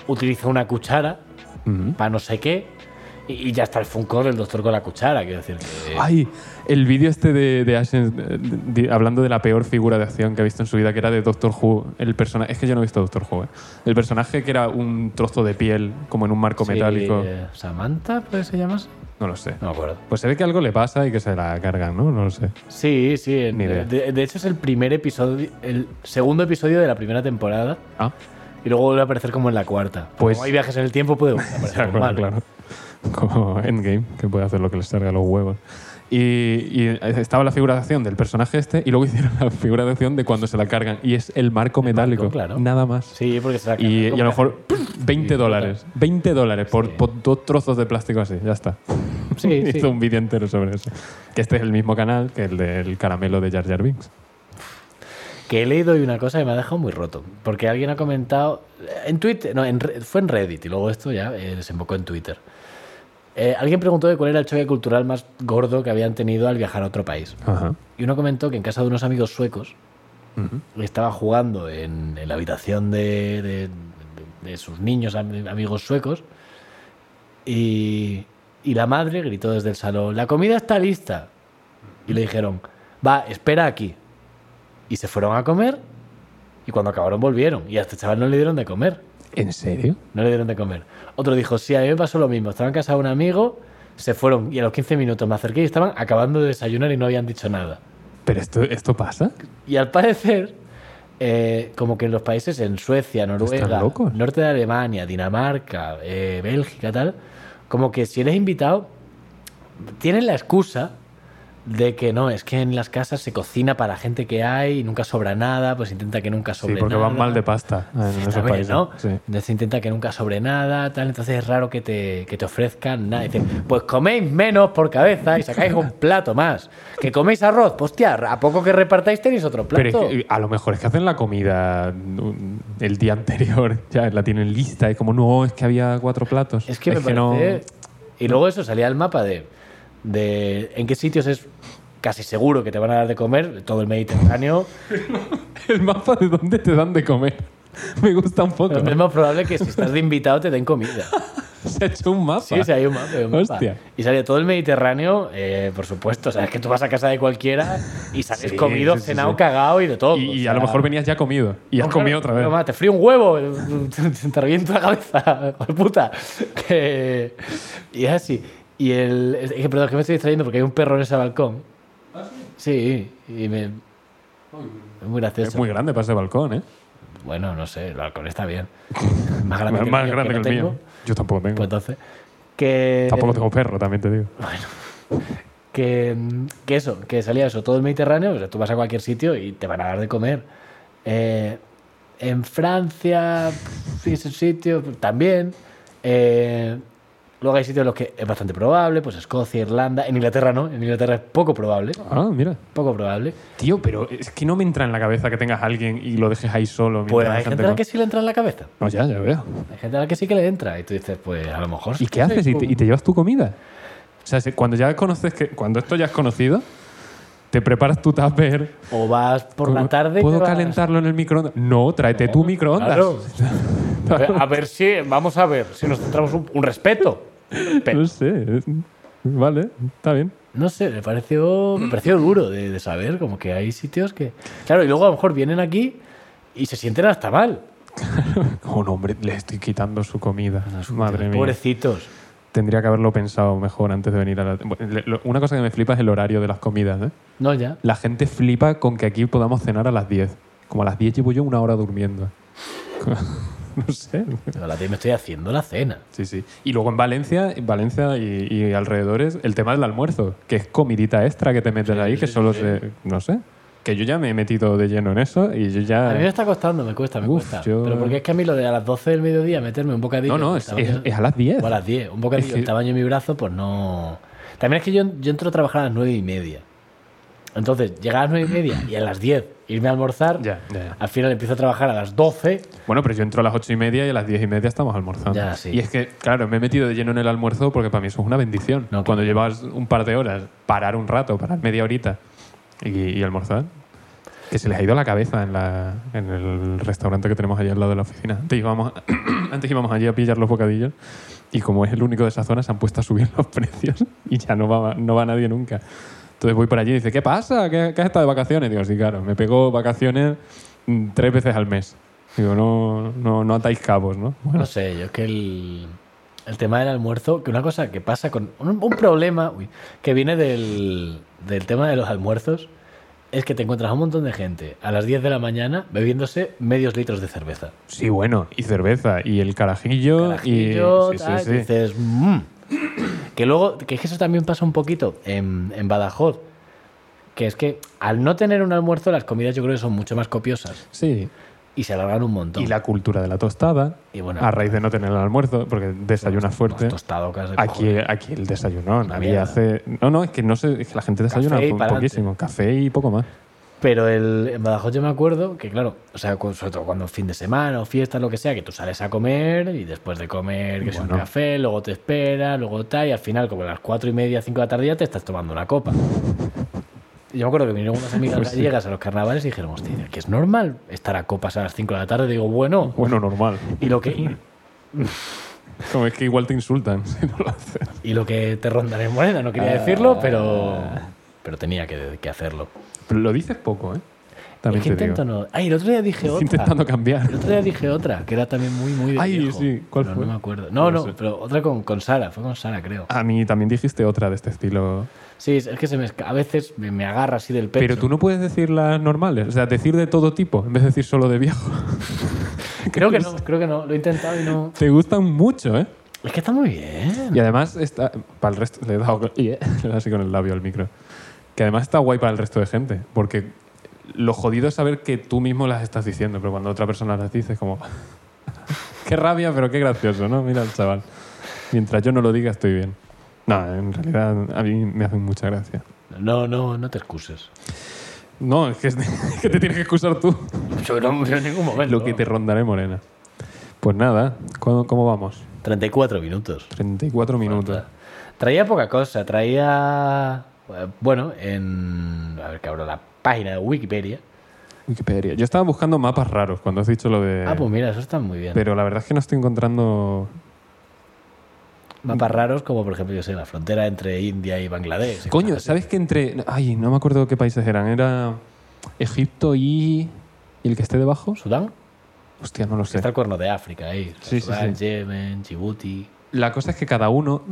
[SPEAKER 2] utiliza una cuchara
[SPEAKER 1] Ujú.
[SPEAKER 2] para no sé qué. Y, y ya está el Funko del doctor con la cuchara. Quiero decir que.
[SPEAKER 1] Ay, el vídeo este de, de Ashens, eh, de- de- hablando de la peor figura de acción que ha visto en su vida, que era de Doctor Who. El persona es que yo no he visto Doctor Who. eh. El personaje que era un trozo de piel, como en un marco
[SPEAKER 2] Sí,
[SPEAKER 1] metálico.
[SPEAKER 2] eh, ¿Samantha puede se llamas?
[SPEAKER 1] No lo sé.
[SPEAKER 2] No me acuerdo.
[SPEAKER 1] Pues se ve que algo le pasa y que se la cargan, ¿no? No lo sé.
[SPEAKER 2] Sí, sí. en-
[SPEAKER 1] Ni idea.
[SPEAKER 2] de, de hecho, es el primer episodio. El segundo episodio de la primera temporada.
[SPEAKER 1] Ah,
[SPEAKER 2] Y luego vuelve a aparecer como en la cuarta.
[SPEAKER 1] Pues-
[SPEAKER 2] Pues, como hay viajes en el tiempo,
[SPEAKER 1] <laughs>
[SPEAKER 2] puede
[SPEAKER 1] de
[SPEAKER 2] aparecer
[SPEAKER 1] acuerdo,
[SPEAKER 2] normal.
[SPEAKER 1] claro. <laughs> Como Endgame, que puede hacer lo que le salga a los huevos. Y, y estaba la figura de acción del personaje este y luego <laughs> hicieron la figura de acción de cuando se la cargan. Y es el marco metálico.
[SPEAKER 2] claro.
[SPEAKER 1] Nada más.
[SPEAKER 2] Sí, porque se la
[SPEAKER 1] Y,
[SPEAKER 2] cargan
[SPEAKER 1] y a lo
[SPEAKER 2] como-
[SPEAKER 1] mejor 20 dólares. 20 dólares por, por dos trozos de plástico así, ya está.
[SPEAKER 2] <laughs>
[SPEAKER 1] <laughs>
[SPEAKER 2] Sí,
[SPEAKER 1] Hizo
[SPEAKER 2] sí.
[SPEAKER 1] un vídeo entero sobre eso. Que este es el mismo canal que el del caramelo de Jar Jar Binks.
[SPEAKER 2] Que he leído hoy una cosa que me ha dejado muy roto. Porque alguien ha comentado. En Twitter. No, en Re- fue en Reddit y luego esto ya eh, desembocó en Twitter. Eh, alguien preguntó de cuál era el choque cultural más gordo que habían tenido al viajar a otro país.
[SPEAKER 1] Ajá.
[SPEAKER 2] Y uno comentó que en casa de unos amigos suecos estaba jugando en, en la habitación de, de- de sus niños, am- amigos suecos, y, y la madre gritó desde el salón, la comida está lista. Y le dijeron, va, espera aquí. Y se fueron a comer, y cuando acabaron volvieron, y a este chaval no le dieron de comer.
[SPEAKER 1] ¿En serio?
[SPEAKER 2] No le dieron de comer. Otro dijo, sí, a mí me pasó lo mismo. Estaba en casa de un amigo, se fueron y a los 15 minutos me acerqué y estaban acabando de desayunar y no habían dicho nada.
[SPEAKER 1] ¿Pero esto, esto pasa?
[SPEAKER 2] Y al parecer, eh, como que en los países, en Suecia, Noruega,
[SPEAKER 1] Están locos.
[SPEAKER 2] norte de Alemania, Dinamarca, eh, Bélgica, tal, como que si eres invitado, tienen la excusa de que no, es que en las casas se cocina para la gente que hay y nunca sobra nada, pues intenta que nunca
[SPEAKER 1] Sí,
[SPEAKER 2] sobre
[SPEAKER 1] porque
[SPEAKER 2] nada.
[SPEAKER 1] van mal de pasta en esos
[SPEAKER 2] También,
[SPEAKER 1] países.
[SPEAKER 2] ¿no?
[SPEAKER 1] Sí.
[SPEAKER 2] Entonces intenta que nunca sobre nada, tal. Entonces es raro que te, que te ofrezcan nada. Dicen, pues coméis menos por cabeza y sacáis un plato más. Que coméis arroz, pues hostia, ¿a poco que repartáis tenéis otro plato?
[SPEAKER 1] Pero es que, eh, a lo mejor es que hacen la comida mm, el día anterior, <laughs> ya la tienen lista. Es como, no, es que había cuatro platos.
[SPEAKER 2] Es que me parece- Y luego eso salía el mapa de, de en qué sitios es casi seguro que te van a dar de comer, todo el Mediterráneo.
[SPEAKER 1] <laughs> El mapa de dónde te dan de comer. <laughs> Me gusta un poco.
[SPEAKER 2] Pero es más probable que si estás de invitado te den comida.
[SPEAKER 1] Se ha hecho un mapa.
[SPEAKER 2] Sí, sí, hay un mapa. hay un mapa.
[SPEAKER 1] Hostia.
[SPEAKER 2] Y sale todo el Mediterráneo, eh, por supuesto. O sea, es que tú vas a casa de cualquiera y sales
[SPEAKER 1] Sí,
[SPEAKER 2] comido,
[SPEAKER 1] sí, sí,
[SPEAKER 2] cenado,
[SPEAKER 1] sí.
[SPEAKER 2] cagado y de todo.
[SPEAKER 1] Y, y
[SPEAKER 2] O
[SPEAKER 1] a lo
[SPEAKER 2] sea,
[SPEAKER 1] mejor venías ya comido. Y has
[SPEAKER 2] no,
[SPEAKER 1] comido
[SPEAKER 2] claro,
[SPEAKER 1] otra vez.
[SPEAKER 2] no, ma, te frío un huevo, <laughs> te, te reviento la cabeza, <laughs> hijo de puta. Que- y es así. Y el. es que, perdón, es que me estoy distrayendo porque hay un perro en ese balcón. ¿Ah, sí? Sí, y me... Es muy gracioso.
[SPEAKER 1] Es muy grande para ese balcón, ¿eh?
[SPEAKER 2] Bueno, no sé, el balcón está
[SPEAKER 1] <laughs>
[SPEAKER 2] bien. Más
[SPEAKER 1] Más
[SPEAKER 2] grande que el mío,
[SPEAKER 1] grande que el
[SPEAKER 2] no tengo.
[SPEAKER 1] mío. Yo tampoco tengo.
[SPEAKER 2] Pues entonces, que...
[SPEAKER 1] tampoco tengo perro, también te digo.
[SPEAKER 2] que, mm, que eso, que salía eso, todo el Mediterráneo, o sea, tú vas a cualquier sitio y te van a dar de comer. Eh, en Francia, pf, ese sitio pf, también. Eh, luego hay sitios en los que es bastante probable, pues Escocia, Irlanda, en Inglaterra no, en Inglaterra es poco probable,
[SPEAKER 1] Ah, mira.
[SPEAKER 2] poco probable.
[SPEAKER 1] Tío, pero es que no me entra en la cabeza que tengas a alguien y lo dejes ahí solo.
[SPEAKER 2] Pues
[SPEAKER 1] mientras la
[SPEAKER 2] hay gente a la
[SPEAKER 1] gente
[SPEAKER 2] que sí le entra en la cabeza,
[SPEAKER 1] No, ya, ya veo.
[SPEAKER 2] hay gente a la que sí que le entra y tú dices, pues a lo mejor...
[SPEAKER 1] ¿Y
[SPEAKER 2] sí, pues.
[SPEAKER 1] qué haces? ¿Y te,
[SPEAKER 2] pum.
[SPEAKER 1] y te llevas tu comida? O sea, si- cuando ya conoces que. Cuando esto ya es conocido, te preparas tu tupper.
[SPEAKER 2] O vas por la
[SPEAKER 1] como,
[SPEAKER 2] tarde... y
[SPEAKER 1] ¿Puedo
[SPEAKER 2] te vas-
[SPEAKER 1] calentarlo en el microondas? No, tráete tu microondas. <laughs>
[SPEAKER 2] Claro. A ver si, vamos a ver, si nos centramos un, un respeto. Pe-
[SPEAKER 1] No sé. Vale, está bien.
[SPEAKER 2] No sé, me pareció, me pareció duro de, de saber, como que hay sitios que... Claro, y luego a lo mejor vienen aquí y se sienten hasta mal.
[SPEAKER 1] Oh, no, hombre, le estoy quitando su comida.
[SPEAKER 2] Ah,
[SPEAKER 1] Madre mía.
[SPEAKER 2] Pobrecitos.
[SPEAKER 1] Tendría que haberlo pensado mejor antes de venir a la. Bueno, le- lo- Una cosa que me flipa es el horario de las comidas. ¿eh?
[SPEAKER 2] No,
[SPEAKER 1] <laughs>
[SPEAKER 2] ya.
[SPEAKER 1] La gente flipa con que aquí podamos cenar a las 10. Como a las 10 llevo yo una hora durmiendo. <laughs> no sé.
[SPEAKER 2] Pero la tía, me estoy haciendo la cena.
[SPEAKER 1] Sí, sí. Y luego en Valencia, en Valencia y, y alrededores, el tema del almuerzo, que es comidita extra que te metes ahí, que solo se. No sé. Que yo ya me he metido de lleno en eso y yo ya.
[SPEAKER 2] A mí me está costando, me cuesta, me
[SPEAKER 1] Uf,
[SPEAKER 2] cuesta.
[SPEAKER 1] yo-
[SPEAKER 2] Pero porque es que a mí lo de a las 12 del mediodía meterme un bocadillo...
[SPEAKER 1] No, no,
[SPEAKER 2] del
[SPEAKER 1] es,
[SPEAKER 2] tamaño-
[SPEAKER 1] es- es a las 10.
[SPEAKER 2] O a las 10, un bocadillo
[SPEAKER 1] Es que-
[SPEAKER 2] del tamaño de mi brazo, pues no... También es que yo, yo entro a trabajar a las 9 y media. Entonces, llegar a las 9 y media y a las 10 irme a almorzar,
[SPEAKER 1] Ya, ya, ya.
[SPEAKER 2] al final empiezo a trabajar a las 12
[SPEAKER 1] Bueno, pero yo entro a las 8 y media y a las 10 y media estamos almorzando.
[SPEAKER 2] Ya, sí.
[SPEAKER 1] Y es que, claro, me he metido de lleno en el almuerzo porque para mí eso es una bendición.
[SPEAKER 2] No,
[SPEAKER 1] Cuando llevas un par de horas, parar un rato, parar media horita y, y almorzar, que se les ha ido la cabeza en, la- en el restaurante que tenemos allí al lado de la oficina. Antes íbamos, antes íbamos allí a <clears throat> pillar los bocadillos y como es el único de esa zona, se han puesto a subir <laughs> los precios y ya no va, no va nadie nunca. Entonces voy para allí y dice, ¿qué pasa? ¿Qué, qué has estado de vacaciones? Digo, sí, claro, me pego vacaciones mm, tres veces al mes. Digo, no, no, no atáis cabos, ¿no? Bueno,
[SPEAKER 2] No sé, yo es que el, el tema del almuerzo, que una cosa que pasa con. Un, un problema uy, que viene del, del tema de los almuerzos es que te encuentras a un montón de gente a las 10 de la mañana bebiéndose medios litros de cerveza.
[SPEAKER 1] sí, bueno, y cerveza, y el carajillo,
[SPEAKER 2] Carajillo,
[SPEAKER 1] y... sí,
[SPEAKER 2] tal,
[SPEAKER 1] sí, sí.
[SPEAKER 2] dices. "Mm". Que luego, que es que eso también pasa un poquito en, en Badajoz. Que es que al no tener un almuerzo, las comidas yo creo que son mucho más copiosas
[SPEAKER 1] Sí.
[SPEAKER 2] y se alargan un montón.
[SPEAKER 1] Y la cultura de la tostada,
[SPEAKER 2] Y bueno, Pues,
[SPEAKER 1] a raíz de no tener el almuerzo, porque desayunas fuerte.
[SPEAKER 2] Tostado, casi,
[SPEAKER 1] Aquí, aquí el desayuno, nadie
[SPEAKER 2] mierda.
[SPEAKER 1] hace... No, no, es que no sé, es que la gente desayuna
[SPEAKER 2] Café y
[SPEAKER 1] po-
[SPEAKER 2] pa'lante.
[SPEAKER 1] poquísimo, café y poco más.
[SPEAKER 2] Pero el, en Badajoz yo me acuerdo que, claro, o sea, cu- sobre todo cuando es fin de semana o fiestas, lo que sea, que tú sales a comer y después de comer, que es un
[SPEAKER 1] Bueno.
[SPEAKER 2] café, luego te espera, luego tal, y al final, como a las cuatro y media, cinco de la tarde, ya te estás tomando una copa. Y yo me acuerdo que vinieron unas amigas
[SPEAKER 1] <laughs> Pues sí.
[SPEAKER 2] gallegas a los carnavales y dijeron, hostia, que es normal estar a copas a las cinco de la tarde. Digo, bueno,
[SPEAKER 1] Bueno, normal.
[SPEAKER 2] y lo que,
[SPEAKER 1] Como es que igual te insultan <laughs> si no lo haces.
[SPEAKER 2] y lo que te rondaré en moneda, no quería decirlo, pero,
[SPEAKER 1] Ah.
[SPEAKER 2] pero tenía que, que hacerlo.
[SPEAKER 1] Pero lo dices poco, ¿eh? También
[SPEAKER 2] es que
[SPEAKER 1] te digo.
[SPEAKER 2] intento no. Ay, el otro día dije
[SPEAKER 1] Estoy
[SPEAKER 2] otra.
[SPEAKER 1] intentando cambiar.
[SPEAKER 2] El otro día dije otra, que era también muy, muy de
[SPEAKER 1] Ay,
[SPEAKER 2] viejo.
[SPEAKER 1] sí, ¿cuál
[SPEAKER 2] Pero
[SPEAKER 1] fue?
[SPEAKER 2] No me acuerdo. No,
[SPEAKER 1] No
[SPEAKER 2] no,
[SPEAKER 1] sé.
[SPEAKER 2] pero otra con, con Sara, fue con Sara, creo.
[SPEAKER 1] A mí también dijiste otra de este estilo.
[SPEAKER 2] Sí, es es que se me, esca- a veces me, me agarra así del pecho.
[SPEAKER 1] Pero tú no puedes decir las normales. O sea, decir de todo tipo en vez de decir solo de viejo.
[SPEAKER 2] Creo
[SPEAKER 1] <laughs>
[SPEAKER 2] que no, creo que no. Lo he intentado y no...
[SPEAKER 1] Te gustan mucho, ¿eh?
[SPEAKER 2] Es que está muy bien.
[SPEAKER 1] Y además está. Para el resto. Le he dado, y, eh, le he dado <laughs> así con el labio al micro. Que además está guay para el resto de gente. Porque lo jodido es saber que tú mismo las estás diciendo. Pero cuando otra persona las dice, es como. <laughs> qué rabia, pero qué gracioso, ¿no? Mira el chaval. Mientras yo no lo diga, estoy bien. No, en realidad a mí me hacen mucha gracia.
[SPEAKER 2] No, no, no te excuses.
[SPEAKER 1] No, es que, es- <laughs> es que te tienes que excusar tú.
[SPEAKER 2] Yo no, yo en ningún momento.
[SPEAKER 1] Lo que te rondaré, Morena. Pues nada, ¿cómo, cómo vamos?
[SPEAKER 2] 34 minutos.
[SPEAKER 1] 34
[SPEAKER 2] Pues
[SPEAKER 1] minutos.
[SPEAKER 2] Traía poca cosa, traía... eh, Bueno, en... A ver, que abro la página de Wikipedia.
[SPEAKER 1] Wikipedia. Yo estaba buscando mapas raros cuando has dicho lo de...
[SPEAKER 2] Ah, pues mira, eso está muy bien.
[SPEAKER 1] Pero la verdad es que no estoy encontrando...
[SPEAKER 2] Mapas raros como, por ejemplo, yo sé, la frontera entre India y Bangladesh. y
[SPEAKER 1] Coño,
[SPEAKER 2] cosas así.
[SPEAKER 1] ¿sabes que entre... Ay, no me acuerdo qué países eran. Era Egipto y... ¿Y el que esté debajo?
[SPEAKER 2] ¿Sudán?
[SPEAKER 1] Hostia, no lo sé.
[SPEAKER 2] Está el cuerno de África ahí.
[SPEAKER 1] Sí, sí,
[SPEAKER 2] Sudán,
[SPEAKER 1] sí.
[SPEAKER 2] Yemen, Djibouti.
[SPEAKER 1] La cosa es que cada uno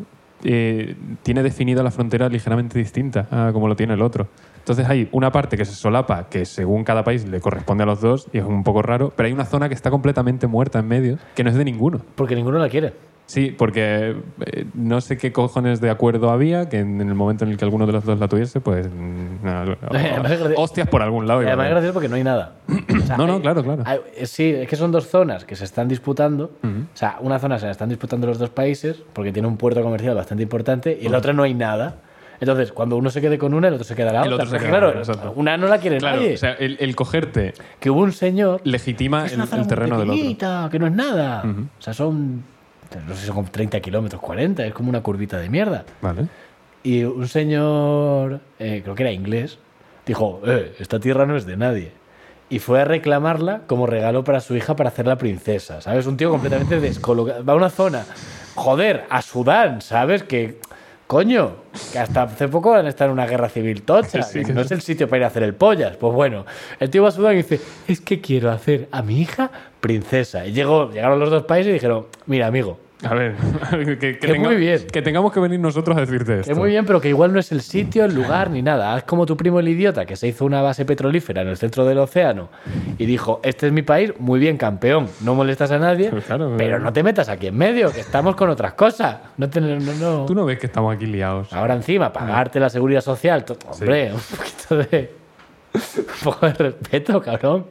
[SPEAKER 1] eh, tiene definida la frontera ligeramente distinta a como lo tiene el otro. Entonces hay una parte que se solapa, que según cada país le corresponde a los dos, y es un poco raro, pero hay una zona que está completamente muerta en medio, que no es de ninguno.
[SPEAKER 2] Porque ninguno la quiere.
[SPEAKER 1] Sí, porque eh, no sé qué cojones de acuerdo había, que en el momento en el que alguno de los dos la tuviese, pues... mm, no,
[SPEAKER 2] <laughs>
[SPEAKER 1] no,
[SPEAKER 2] Además es graci-
[SPEAKER 1] hostias por algún lado.
[SPEAKER 2] Y además es
[SPEAKER 1] igual.
[SPEAKER 2] gracioso porque no hay
[SPEAKER 1] <clears throat>
[SPEAKER 2] nada. O sea,
[SPEAKER 1] No, no,
[SPEAKER 2] hay-
[SPEAKER 1] claro, claro.
[SPEAKER 2] hay- eh, sí, es que son dos zonas que se están disputando. O sea, una zona se la están disputando los dos países porque tiene un puerto comercial bastante importante y en la otra no hay nada. Entonces, cuando uno se quede con una, el otro se queda la
[SPEAKER 1] El
[SPEAKER 2] otra.
[SPEAKER 1] otro se
[SPEAKER 2] Porque,
[SPEAKER 1] queda la
[SPEAKER 2] claro,
[SPEAKER 1] otra, exacto.
[SPEAKER 2] una no la quiere
[SPEAKER 1] Claro,
[SPEAKER 2] nadie.
[SPEAKER 1] o sea, el, el cogerte
[SPEAKER 2] que hubo un señor
[SPEAKER 1] legitima
[SPEAKER 2] es
[SPEAKER 1] el,
[SPEAKER 2] una zona
[SPEAKER 1] el
[SPEAKER 2] muy
[SPEAKER 1] terreno del otro.
[SPEAKER 2] pequeñita, que no es nada. O sea, son. No sé si son como 30 kilómetros, 40, es como una curvita de mierda.
[SPEAKER 1] Vale.
[SPEAKER 2] Y un señor, eh, creo que era inglés, dijo, "Eh, esta tierra no es de nadie. Y fue a reclamarla como regalo para su hija para hacerla princesa, ¿sabes? Un tío completamente descolocado. Va a una zona, joder, a Sudán, ¿sabes? Que, coño, que hasta hace poco han estado en una guerra civil tocha.
[SPEAKER 1] Sí,
[SPEAKER 2] que
[SPEAKER 1] sí.
[SPEAKER 2] no es el sitio para ir a hacer el pollas. Pues bueno, el tío va a Sudán y dice, es que quiero hacer a mi hija princesa. Y llegó, llegaron los dos países y dijeron, mira, amigo,
[SPEAKER 1] A ver, <laughs> que, que
[SPEAKER 2] Que muy bien.
[SPEAKER 1] que tengamos que venir nosotros a decirte esto.
[SPEAKER 2] Que muy bien, pero que igual no es el sitio, el lugar ni nada. Haz como tu primo el idiota que se hizo una base petrolífera en el centro del océano y dijo, este es mi país, muy bien campeón, no molestas a nadie,
[SPEAKER 1] Pues claro,
[SPEAKER 2] pero
[SPEAKER 1] eh.
[SPEAKER 2] no te metas aquí en medio, que estamos con otras cosas. No te- no- no.
[SPEAKER 1] Tú no ves que estamos aquí liados.
[SPEAKER 2] Ahora encima, pagarte la seguridad social, to- hombre, un poquito de... Un poco de respeto, cabrón.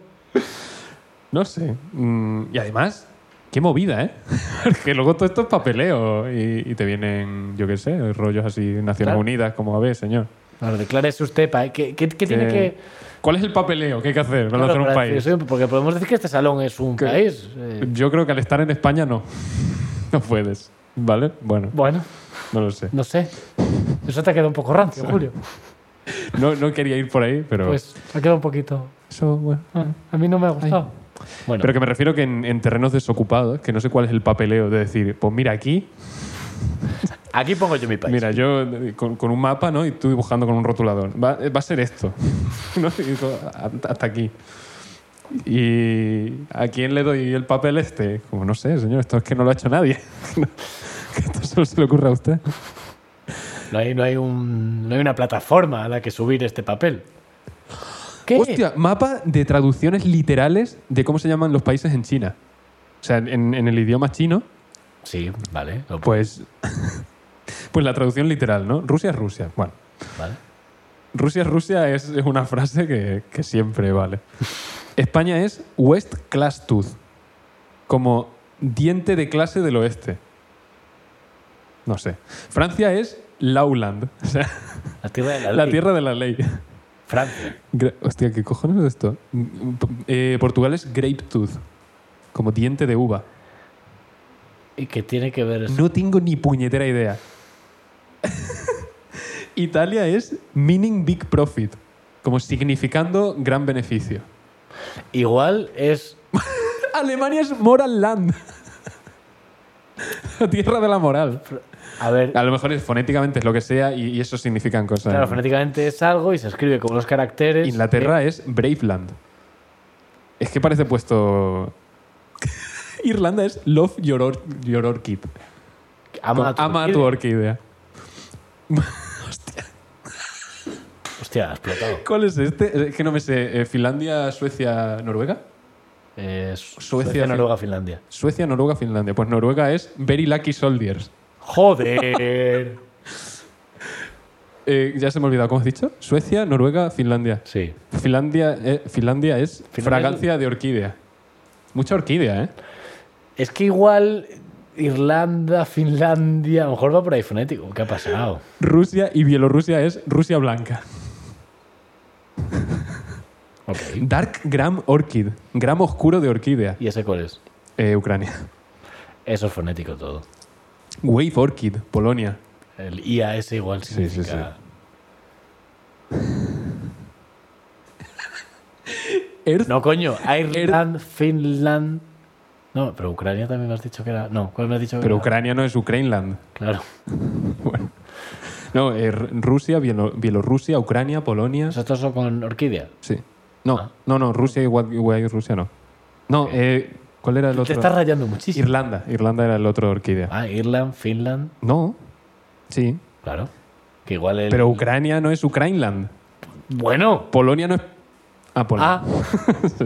[SPEAKER 1] No sé. Mm, y además, qué movida, ¿eh? <laughs> que luego todo esto es papeleo y, y te vienen, yo qué sé, rollos así, Naciones
[SPEAKER 2] Claro.
[SPEAKER 1] Unidas, como a ver, señor.
[SPEAKER 2] Bueno, declárese usted, pa- ¿qué, qué- qué tiene
[SPEAKER 1] Que-
[SPEAKER 2] que...?
[SPEAKER 1] ¿Cuál es el papeleo que hay que hacer para
[SPEAKER 2] Claro,
[SPEAKER 1] hacer un
[SPEAKER 2] para
[SPEAKER 1] país?
[SPEAKER 2] decir, sí, Porque podemos decir que este salón es un
[SPEAKER 1] Que-
[SPEAKER 2] país. eh,
[SPEAKER 1] Yo creo que al estar en España no. <laughs> no puedes. ¿Vale? Bueno,
[SPEAKER 2] bueno.
[SPEAKER 1] no lo sé.
[SPEAKER 2] No sé. Eso te ha quedado un poco rancio, Julio.
[SPEAKER 1] No, no quería ir por ahí, pero.
[SPEAKER 2] Pues te ha quedado un poquito.
[SPEAKER 1] eso, bueno.
[SPEAKER 2] Ah, A mí no me ha gustado. Bueno,
[SPEAKER 1] Pero que me refiero que en, en terrenos desocupados, que no sé cuál es el papeleo de decir, pues mira aquí,
[SPEAKER 2] aquí pongo yo mi país.
[SPEAKER 1] mira, yo eh, con, con un mapa, ¿no? Y tú dibujando con un rotulador. Va, eh, va a ser esto. <laughs> ¿no? Y digo, "Hasta hasta aquí. ¿Y a quién le doy el papel este? Como no sé, señor, esto es que no lo ha hecho nadie. <laughs> Que esto solo se le ocurre a usted.
[SPEAKER 2] No, hay, no, hay un- Mm, no hay una plataforma a la que subir este papel. ¿Qué?
[SPEAKER 1] Hostia, mapa de traducciones literales de cómo se llaman los países en China. O sea, en, en el idioma chino,
[SPEAKER 2] Sí, vale. lo-
[SPEAKER 1] pues. <laughs> pues la traducción literal, ¿no? Rusia es Rusia. Bueno.
[SPEAKER 2] vale.
[SPEAKER 1] Rusia es Rusia es, es una frase que, que siempre vale. España es West Class Tooth, como diente de clase del oeste. No sé. Francia es Lauland, <laughs> o sea,
[SPEAKER 2] La tierra de la,
[SPEAKER 1] la
[SPEAKER 2] ley.
[SPEAKER 1] tierra de la ley.
[SPEAKER 2] Francia.
[SPEAKER 1] Gra- Hostia, ¿qué cojones es esto? Mm, p- eh, Portugal es Grape Tooth, como diente de uva.
[SPEAKER 2] ¿Y qué tiene que ver eso?
[SPEAKER 1] No tengo ni puñetera idea. <laughs> Italia es Meaning Big Profit, como significando gran beneficio.
[SPEAKER 2] Igual es.
[SPEAKER 1] Alemania es Moral Land. <laughs> La tierra de la moral.
[SPEAKER 2] A ver,
[SPEAKER 1] A lo mejor es fonéticamente es lo que sea y, y eso significan cosas.
[SPEAKER 2] claro, fonéticamente es algo y se escribe con unos caracteres.
[SPEAKER 1] Inglaterra es Braveland. Es que parece puesto. <laughs> Irlanda es Love Your, Or- your Orchid.
[SPEAKER 2] Eh, ama, a tu-
[SPEAKER 1] Ama a tu orquídea.
[SPEAKER 2] Hostia, ha explotado.
[SPEAKER 1] ¿Cuál es este? Es que no me sé. Eh, ¿Finlandia, Suecia, Noruega?
[SPEAKER 2] Eh,
[SPEAKER 1] Suecia,
[SPEAKER 2] Suecia, Noruega, Finlandia.
[SPEAKER 1] Suecia, Noruega, Finlandia. Pues Noruega es Very Lucky Soldiers.
[SPEAKER 2] <laughs> ¡Joder!
[SPEAKER 1] Eh, ya se me ha olvidado, ¿cómo has dicho? Suecia, Noruega, Finlandia.
[SPEAKER 2] Sí.
[SPEAKER 1] Finlandia, eh, Finlandia es
[SPEAKER 2] Finlandia-
[SPEAKER 1] fragancia de orquídea. Mucha orquídea, ¿eh?
[SPEAKER 2] Es que igual Irlanda, Finlandia, a lo mejor va por ahí fonético. ¿Qué ha pasado?
[SPEAKER 1] Rusia y Bielorrusia es Rusia blanca.
[SPEAKER 2] Ok.
[SPEAKER 1] Dark Gram Orchid. Gram oscuro de orquídea.
[SPEAKER 2] ¿Y ese cuál es?
[SPEAKER 1] Eh, Ucrania.
[SPEAKER 2] Eso es fonético todo.
[SPEAKER 1] Wave Orchid, Polonia.
[SPEAKER 2] El IAS igual
[SPEAKER 1] Sí, sí,
[SPEAKER 2] significa...
[SPEAKER 1] Earth-
[SPEAKER 2] No, coño. Ireland, Finland... No, pero Ucrania también me has dicho que era... No, ¿cuál me has dicho que
[SPEAKER 1] Pero
[SPEAKER 2] era?
[SPEAKER 1] Ucrania no es Ukraineland.
[SPEAKER 2] Claro.
[SPEAKER 1] Bueno. No, eh, R- Rusia, Bielo- Bielorrusia, Ucrania, Polonia.
[SPEAKER 2] Nosotros son con orquídea.
[SPEAKER 1] Sí. No, no, no, Rusia y Gua- y Rusia no. No, eh, ¿cuál era el
[SPEAKER 2] Te
[SPEAKER 1] otro?
[SPEAKER 2] estás rayando muchísimo.
[SPEAKER 1] Irlanda. Irlanda era el otro orquídea.
[SPEAKER 2] Ah, Irland, Finland...
[SPEAKER 1] No. Sí.
[SPEAKER 2] Claro. Que igual el...
[SPEAKER 1] Pero Ucrania no es Ukraineland.
[SPEAKER 2] Bueno.
[SPEAKER 1] Polonia no es. Ah, Polonia. <laughs>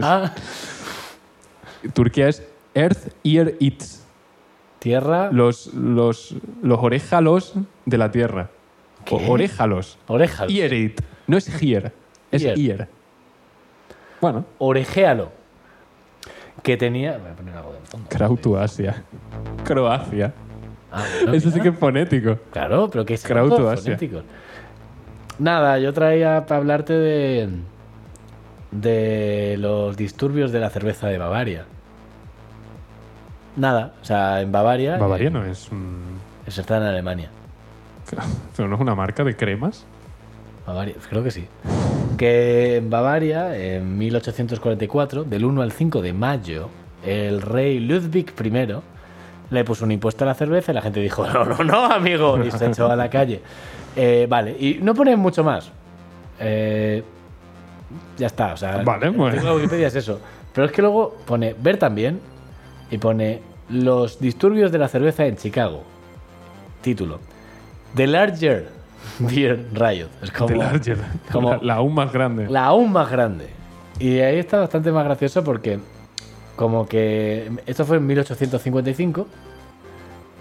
[SPEAKER 2] Ah, ah,
[SPEAKER 1] Turquía es Earth Ear Eats.
[SPEAKER 2] tierra,
[SPEAKER 1] Los, los, los oréjalos de la tierra. O-
[SPEAKER 2] ¿Qué?
[SPEAKER 1] oréjalos.
[SPEAKER 2] orejas,
[SPEAKER 1] Ear Eat. No es Hier. Es
[SPEAKER 2] Hier.
[SPEAKER 1] Hier. Bueno,
[SPEAKER 2] orejéalo. Que tenía. Voy a poner algo de fondo.
[SPEAKER 1] Krautuasia. Croacia.
[SPEAKER 2] Ah, bueno,
[SPEAKER 1] Eso sí
[SPEAKER 2] mira.
[SPEAKER 1] que es fonético.
[SPEAKER 2] Claro, pero que es
[SPEAKER 1] Krauto
[SPEAKER 2] todos
[SPEAKER 1] Asia.
[SPEAKER 2] fonéticos. Nada, yo traía para hablarte de de los disturbios de la cerveza de Bavaria. Nada, o sea, en Bavaria,
[SPEAKER 1] Bavaria no es un-
[SPEAKER 2] eh, eso está en Alemania.
[SPEAKER 1] pero no es una marca de cremas.
[SPEAKER 2] Bavaria, creo que sí. Que en Bavaria, en 1844, del 1 al 5 de mayo, el rey Ludwig I le puso un impuesto a la cerveza y la gente dijo, no, no, no, amigo, y se echó a la calle. Eh, vale, y no ponen mucho más. Eh, ya está, o sea,
[SPEAKER 1] Vale,
[SPEAKER 2] el
[SPEAKER 1] bueno.
[SPEAKER 2] artículo de Wikipedia es eso. Pero es que luego pone ver también y pone los disturbios de la cerveza en Chicago. Título. The Larger Beer Riot. Es como
[SPEAKER 1] de Larger.
[SPEAKER 2] como-
[SPEAKER 1] La, la aún más grande.
[SPEAKER 2] la aún más grande. Y ahí está bastante más gracioso porque como que esto fue en 1855,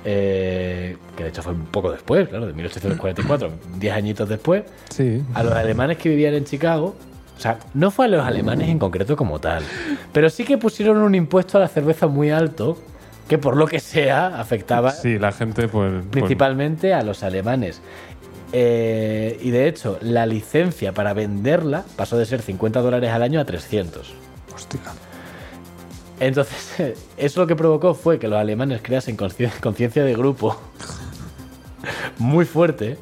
[SPEAKER 2] eh, que de hecho fue un poco después, claro, de 1844, 10 añitos después,
[SPEAKER 1] Sí.
[SPEAKER 2] a los alemanes que vivían en Chicago, o sea, no fue a los alemanes en concreto como tal, pero sí que pusieron un impuesto a la cerveza muy alto que por lo que sea afectaba
[SPEAKER 1] Sí, la gente, pues.
[SPEAKER 2] principalmente a los alemanes. Eh, y de hecho, la licencia para venderla pasó de ser 50 dólares al año a 300.
[SPEAKER 1] pues, hostia.
[SPEAKER 2] Entonces, <laughs> eso lo que provocó fue que los alemanes creasen consci- conciencia de grupo <laughs> muy fuerte.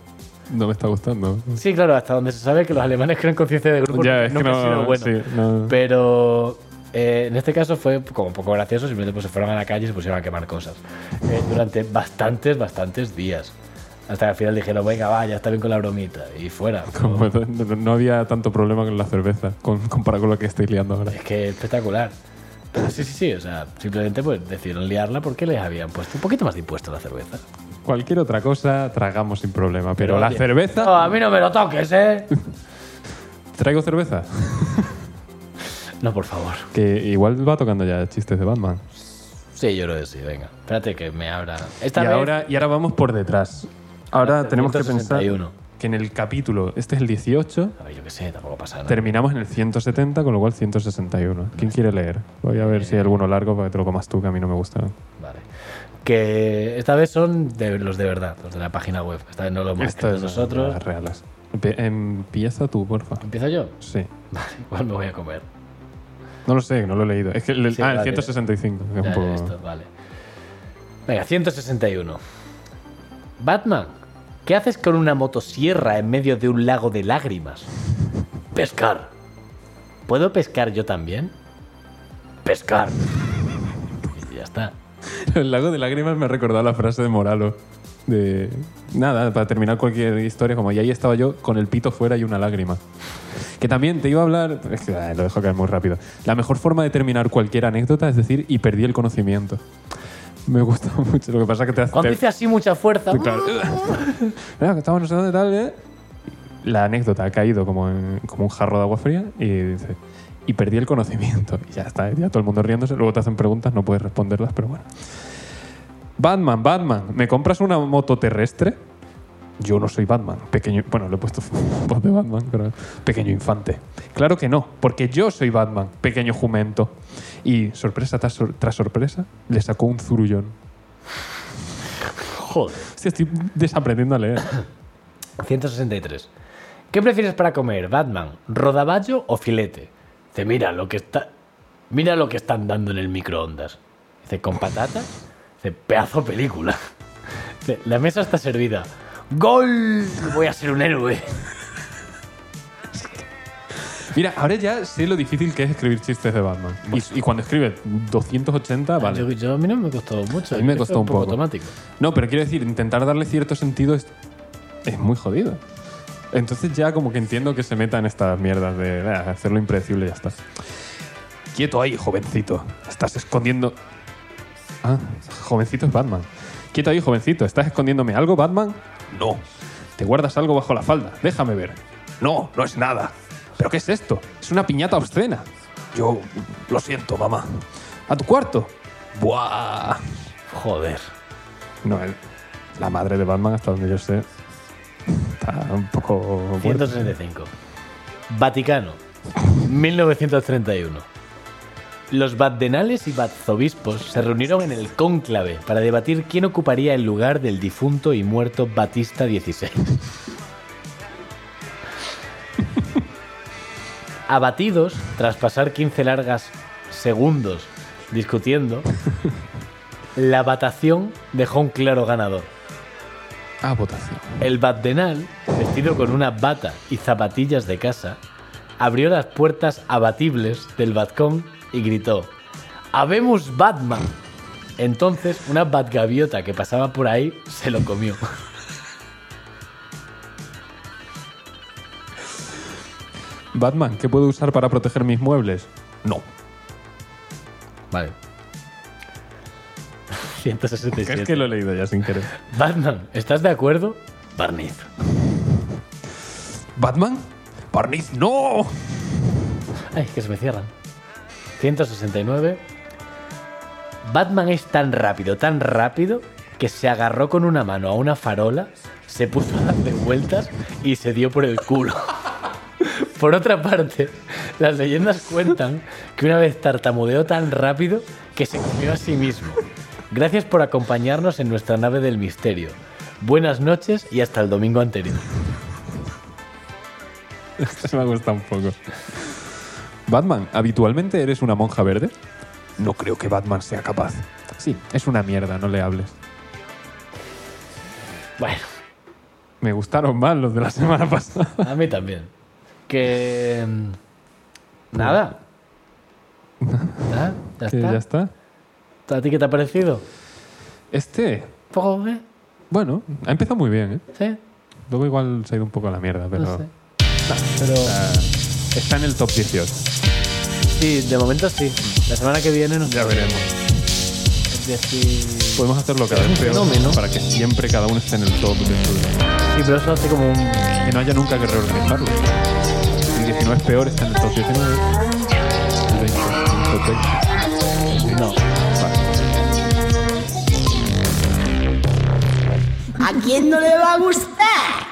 [SPEAKER 1] No me está gustando.
[SPEAKER 2] Sí, claro, hasta donde se sabe que los alemanes crean conciencia de grupo
[SPEAKER 1] Ya, es que
[SPEAKER 2] nunca ha
[SPEAKER 1] no.
[SPEAKER 2] sido bueno.
[SPEAKER 1] sí, no.
[SPEAKER 2] Pero eh, en este caso fue como un poco gracioso, simplemente pues se fueron a la calle y se pusieron a quemar cosas. eh, durante bastantes, bastantes días. Hasta que al final dijeron, venga, va, ya está bien con la bromita. Y fuera.
[SPEAKER 1] Como no- no, no había tanto problema con la cerveza, con, <laughs> comparado con lo que estoy liando ahora.
[SPEAKER 2] Es que espectacular. Pero sí, sí, sí. O sea, simplemente pues decidieron liarla porque les habían puesto un poquito más de impuesto a la cerveza.
[SPEAKER 1] Cualquier otra cosa tragamos sin problema, pero, la
[SPEAKER 2] oye,
[SPEAKER 1] cerveza.
[SPEAKER 2] No, a mí no me lo toques, ¿eh?
[SPEAKER 1] ¿Traigo cerveza?
[SPEAKER 2] No, por favor.
[SPEAKER 1] Que igual va tocando ya chistes de Batman.
[SPEAKER 2] Sí, yo creo que sí, venga. Espérate que me abra. Esta
[SPEAKER 1] Y
[SPEAKER 2] vez-
[SPEAKER 1] ahora, y ahora vamos por detrás. Ahora
[SPEAKER 2] Hasta el
[SPEAKER 1] tenemos que pensar
[SPEAKER 2] 161.
[SPEAKER 1] que en el capítulo, este es el 18,
[SPEAKER 2] A ver, yo qué sé, tampoco pasa nada.
[SPEAKER 1] terminamos en el 170, con lo cual 161. ¿Quién quiere leer? Voy a ver si hay alguno largo para que te lo comas tú, que a mí no me gusta.
[SPEAKER 2] Vale. Que esta vez son de los de verdad, los de la página web. Esta vez no lo hemos escrito
[SPEAKER 1] es
[SPEAKER 2] Este nosotros.
[SPEAKER 1] las reales. Empie- Empieza tú, porfa.
[SPEAKER 2] ¿Empiezo yo? <laughs>
[SPEAKER 1] Sí.
[SPEAKER 2] Vale, igual me voy a comer.
[SPEAKER 1] No lo sé, no lo he leído. Es que el,
[SPEAKER 2] Sí,
[SPEAKER 1] ah, el
[SPEAKER 2] vale.
[SPEAKER 1] 165. que es
[SPEAKER 2] Ya,
[SPEAKER 1] un
[SPEAKER 2] ya,
[SPEAKER 1] poco...
[SPEAKER 2] esto, vale. Venga, 161. Batman, ¿qué haces con una motosierra en medio de un lago de lágrimas? Pescar. ¿Puedo pescar yo también? Pescar. <laughs> Y ya está.
[SPEAKER 1] <laughs> El lago de lágrimas me ha recordado la frase de Moralo. De nada, para terminar cualquier historia, como y ahí estaba yo con el pito fuera y una lágrima. Que también te iba a hablar. Es que ah, lo dejo caer muy rápido. La mejor forma de terminar cualquier anécdota es decir, y perdí el conocimiento. Me gusta <laughs> mucho. Lo que pasa es que te hace.
[SPEAKER 2] Cuando dice así mucha fuerza,
[SPEAKER 1] te- claro. <laughs> Mira, que estamos no sé dónde tal, ¿eh? La anécdota ha caído como, en- como un jarro de agua fría y dice. Y perdí el conocimiento. Y ya está, ¿eh? ya todo el mundo riéndose. Luego te hacen preguntas, no puedes responderlas, pero bueno. Batman, Batman, ¿me compras una moto terrestre? Yo no soy Batman. Pequeño. Bueno, le he puesto <laughs> voz de Batman, pero. Pequeño infante. Claro que no, porque yo soy Batman, pequeño jumento. Y sorpresa tras, sor- tras sorpresa, le sacó un zurullón.
[SPEAKER 2] joder.
[SPEAKER 1] Hostia, estoy desaprendiendo a leer.
[SPEAKER 2] 163. ¿Qué prefieres para comer, Batman? ¿Rodaballo o filete? Dice, mira lo que está. Mira lo que están dando en el microondas. Dice, ¿con patatas? Dice, pedazo película. Dice, la mesa está servida. ¡Gol! Voy a ser un héroe.
[SPEAKER 1] Mira, ahora ya sé lo difícil que es escribir chistes de Batman. Y, y cuando escribe 280, vale.
[SPEAKER 2] Yo, yo- a mí no me costó mucho.
[SPEAKER 1] A mí me
[SPEAKER 2] Yo
[SPEAKER 1] costó
[SPEAKER 2] fue
[SPEAKER 1] un poco.
[SPEAKER 2] automático.
[SPEAKER 1] No, pero quiero decir, intentar darle cierto sentido es, es muy jodido. Entonces ya como que entiendo que se metan estas mierdas de ah, hacerlo impredecible y ya está. Quieto ahí, jovencito. Estás escondiendo... Ah, jovencito es Batman. Quieto ahí, jovencito. ¿Estás escondiéndome algo, Batman? No. ¿Te guardas algo bajo la falda? Déjame ver. No, no es nada. ¿pero qué es esto? Es una piñata obscena. Yo, lo siento, mamá. ¿A tu cuarto? Buah.
[SPEAKER 2] Joder.
[SPEAKER 1] No, el- la madre de Batman, hasta donde yo sé, está un poco muerta.
[SPEAKER 2] 165. Vaticano, 1931. Los batdenales y batzobispos se reunieron en el cónclave para debatir quién ocuparía el lugar del difunto y muerto Batista XVI. Abatidos, tras pasar 15 largas segundos discutiendo, la votación dejó un claro ganador.
[SPEAKER 1] Ah, votación.
[SPEAKER 2] El Batdenal, vestido con una bata y zapatillas de casa, abrió las puertas abatibles del Batcón y gritó: ¡Habemos Batman! Entonces, una Batgaviota que pasaba por ahí se lo
[SPEAKER 1] <laughs>
[SPEAKER 2] comió.
[SPEAKER 1] Batman, ¿qué puedo usar para proteger mis muebles? No.
[SPEAKER 2] <laughs> Vale. 167.
[SPEAKER 1] Es que lo he leído ya sin querer.
[SPEAKER 2] Batman, ¿estás de acuerdo? Barniz.
[SPEAKER 1] ¿Batman? ¡Barniz, <laughs> no!
[SPEAKER 2] Ay, que se me cierran. 169. Batman es tan rápido, tan rápido, que se agarró con una mano a una farola, se puso <laughs> a darle vueltas y se dio por el culo. <laughs> Por otra parte, las leyendas cuentan que una vez tartamudeó tan rápido que se comió a sí mismo. Gracias por acompañarnos en nuestra nave del misterio. Buenas noches y hasta el domingo anterior.
[SPEAKER 1] Este me gusta un poco. Batman, ¿habitualmente eres una monja verde? No creo que Batman sea capaz. Sí, es una mierda, no le hables.
[SPEAKER 2] Bueno,
[SPEAKER 1] Me gustaron más los de la semana <laughs> pasada.
[SPEAKER 2] A mí también. Que. mm, Nada. Nada, ya
[SPEAKER 1] Que ya
[SPEAKER 2] está.
[SPEAKER 1] está.
[SPEAKER 2] ¿A ti qué te ha parecido?
[SPEAKER 1] Este,
[SPEAKER 2] Poco, ¿eh?
[SPEAKER 1] bueno, ha empezado muy bien, ¿eh?
[SPEAKER 2] Sí,
[SPEAKER 1] Luego igual se ha ido un poco a la mierda, pero
[SPEAKER 2] no sé. Pero.
[SPEAKER 1] está, está en el top 18.
[SPEAKER 2] Sí, de momento sí. La semana que viene nos
[SPEAKER 1] Ya veremos.
[SPEAKER 2] es decir- pues,
[SPEAKER 1] Podemos hacerlo cada vez peor
[SPEAKER 2] fenómeno.
[SPEAKER 1] para que siempre cada uno esté en el top. de su-
[SPEAKER 2] Sí, pero eso hace como un.
[SPEAKER 1] Que no haya nunca que reorganizarlo. El 19 es peor, está en el top 19. El 20, el top 20.
[SPEAKER 2] No.
[SPEAKER 3] ¿A quién no le va a gustar?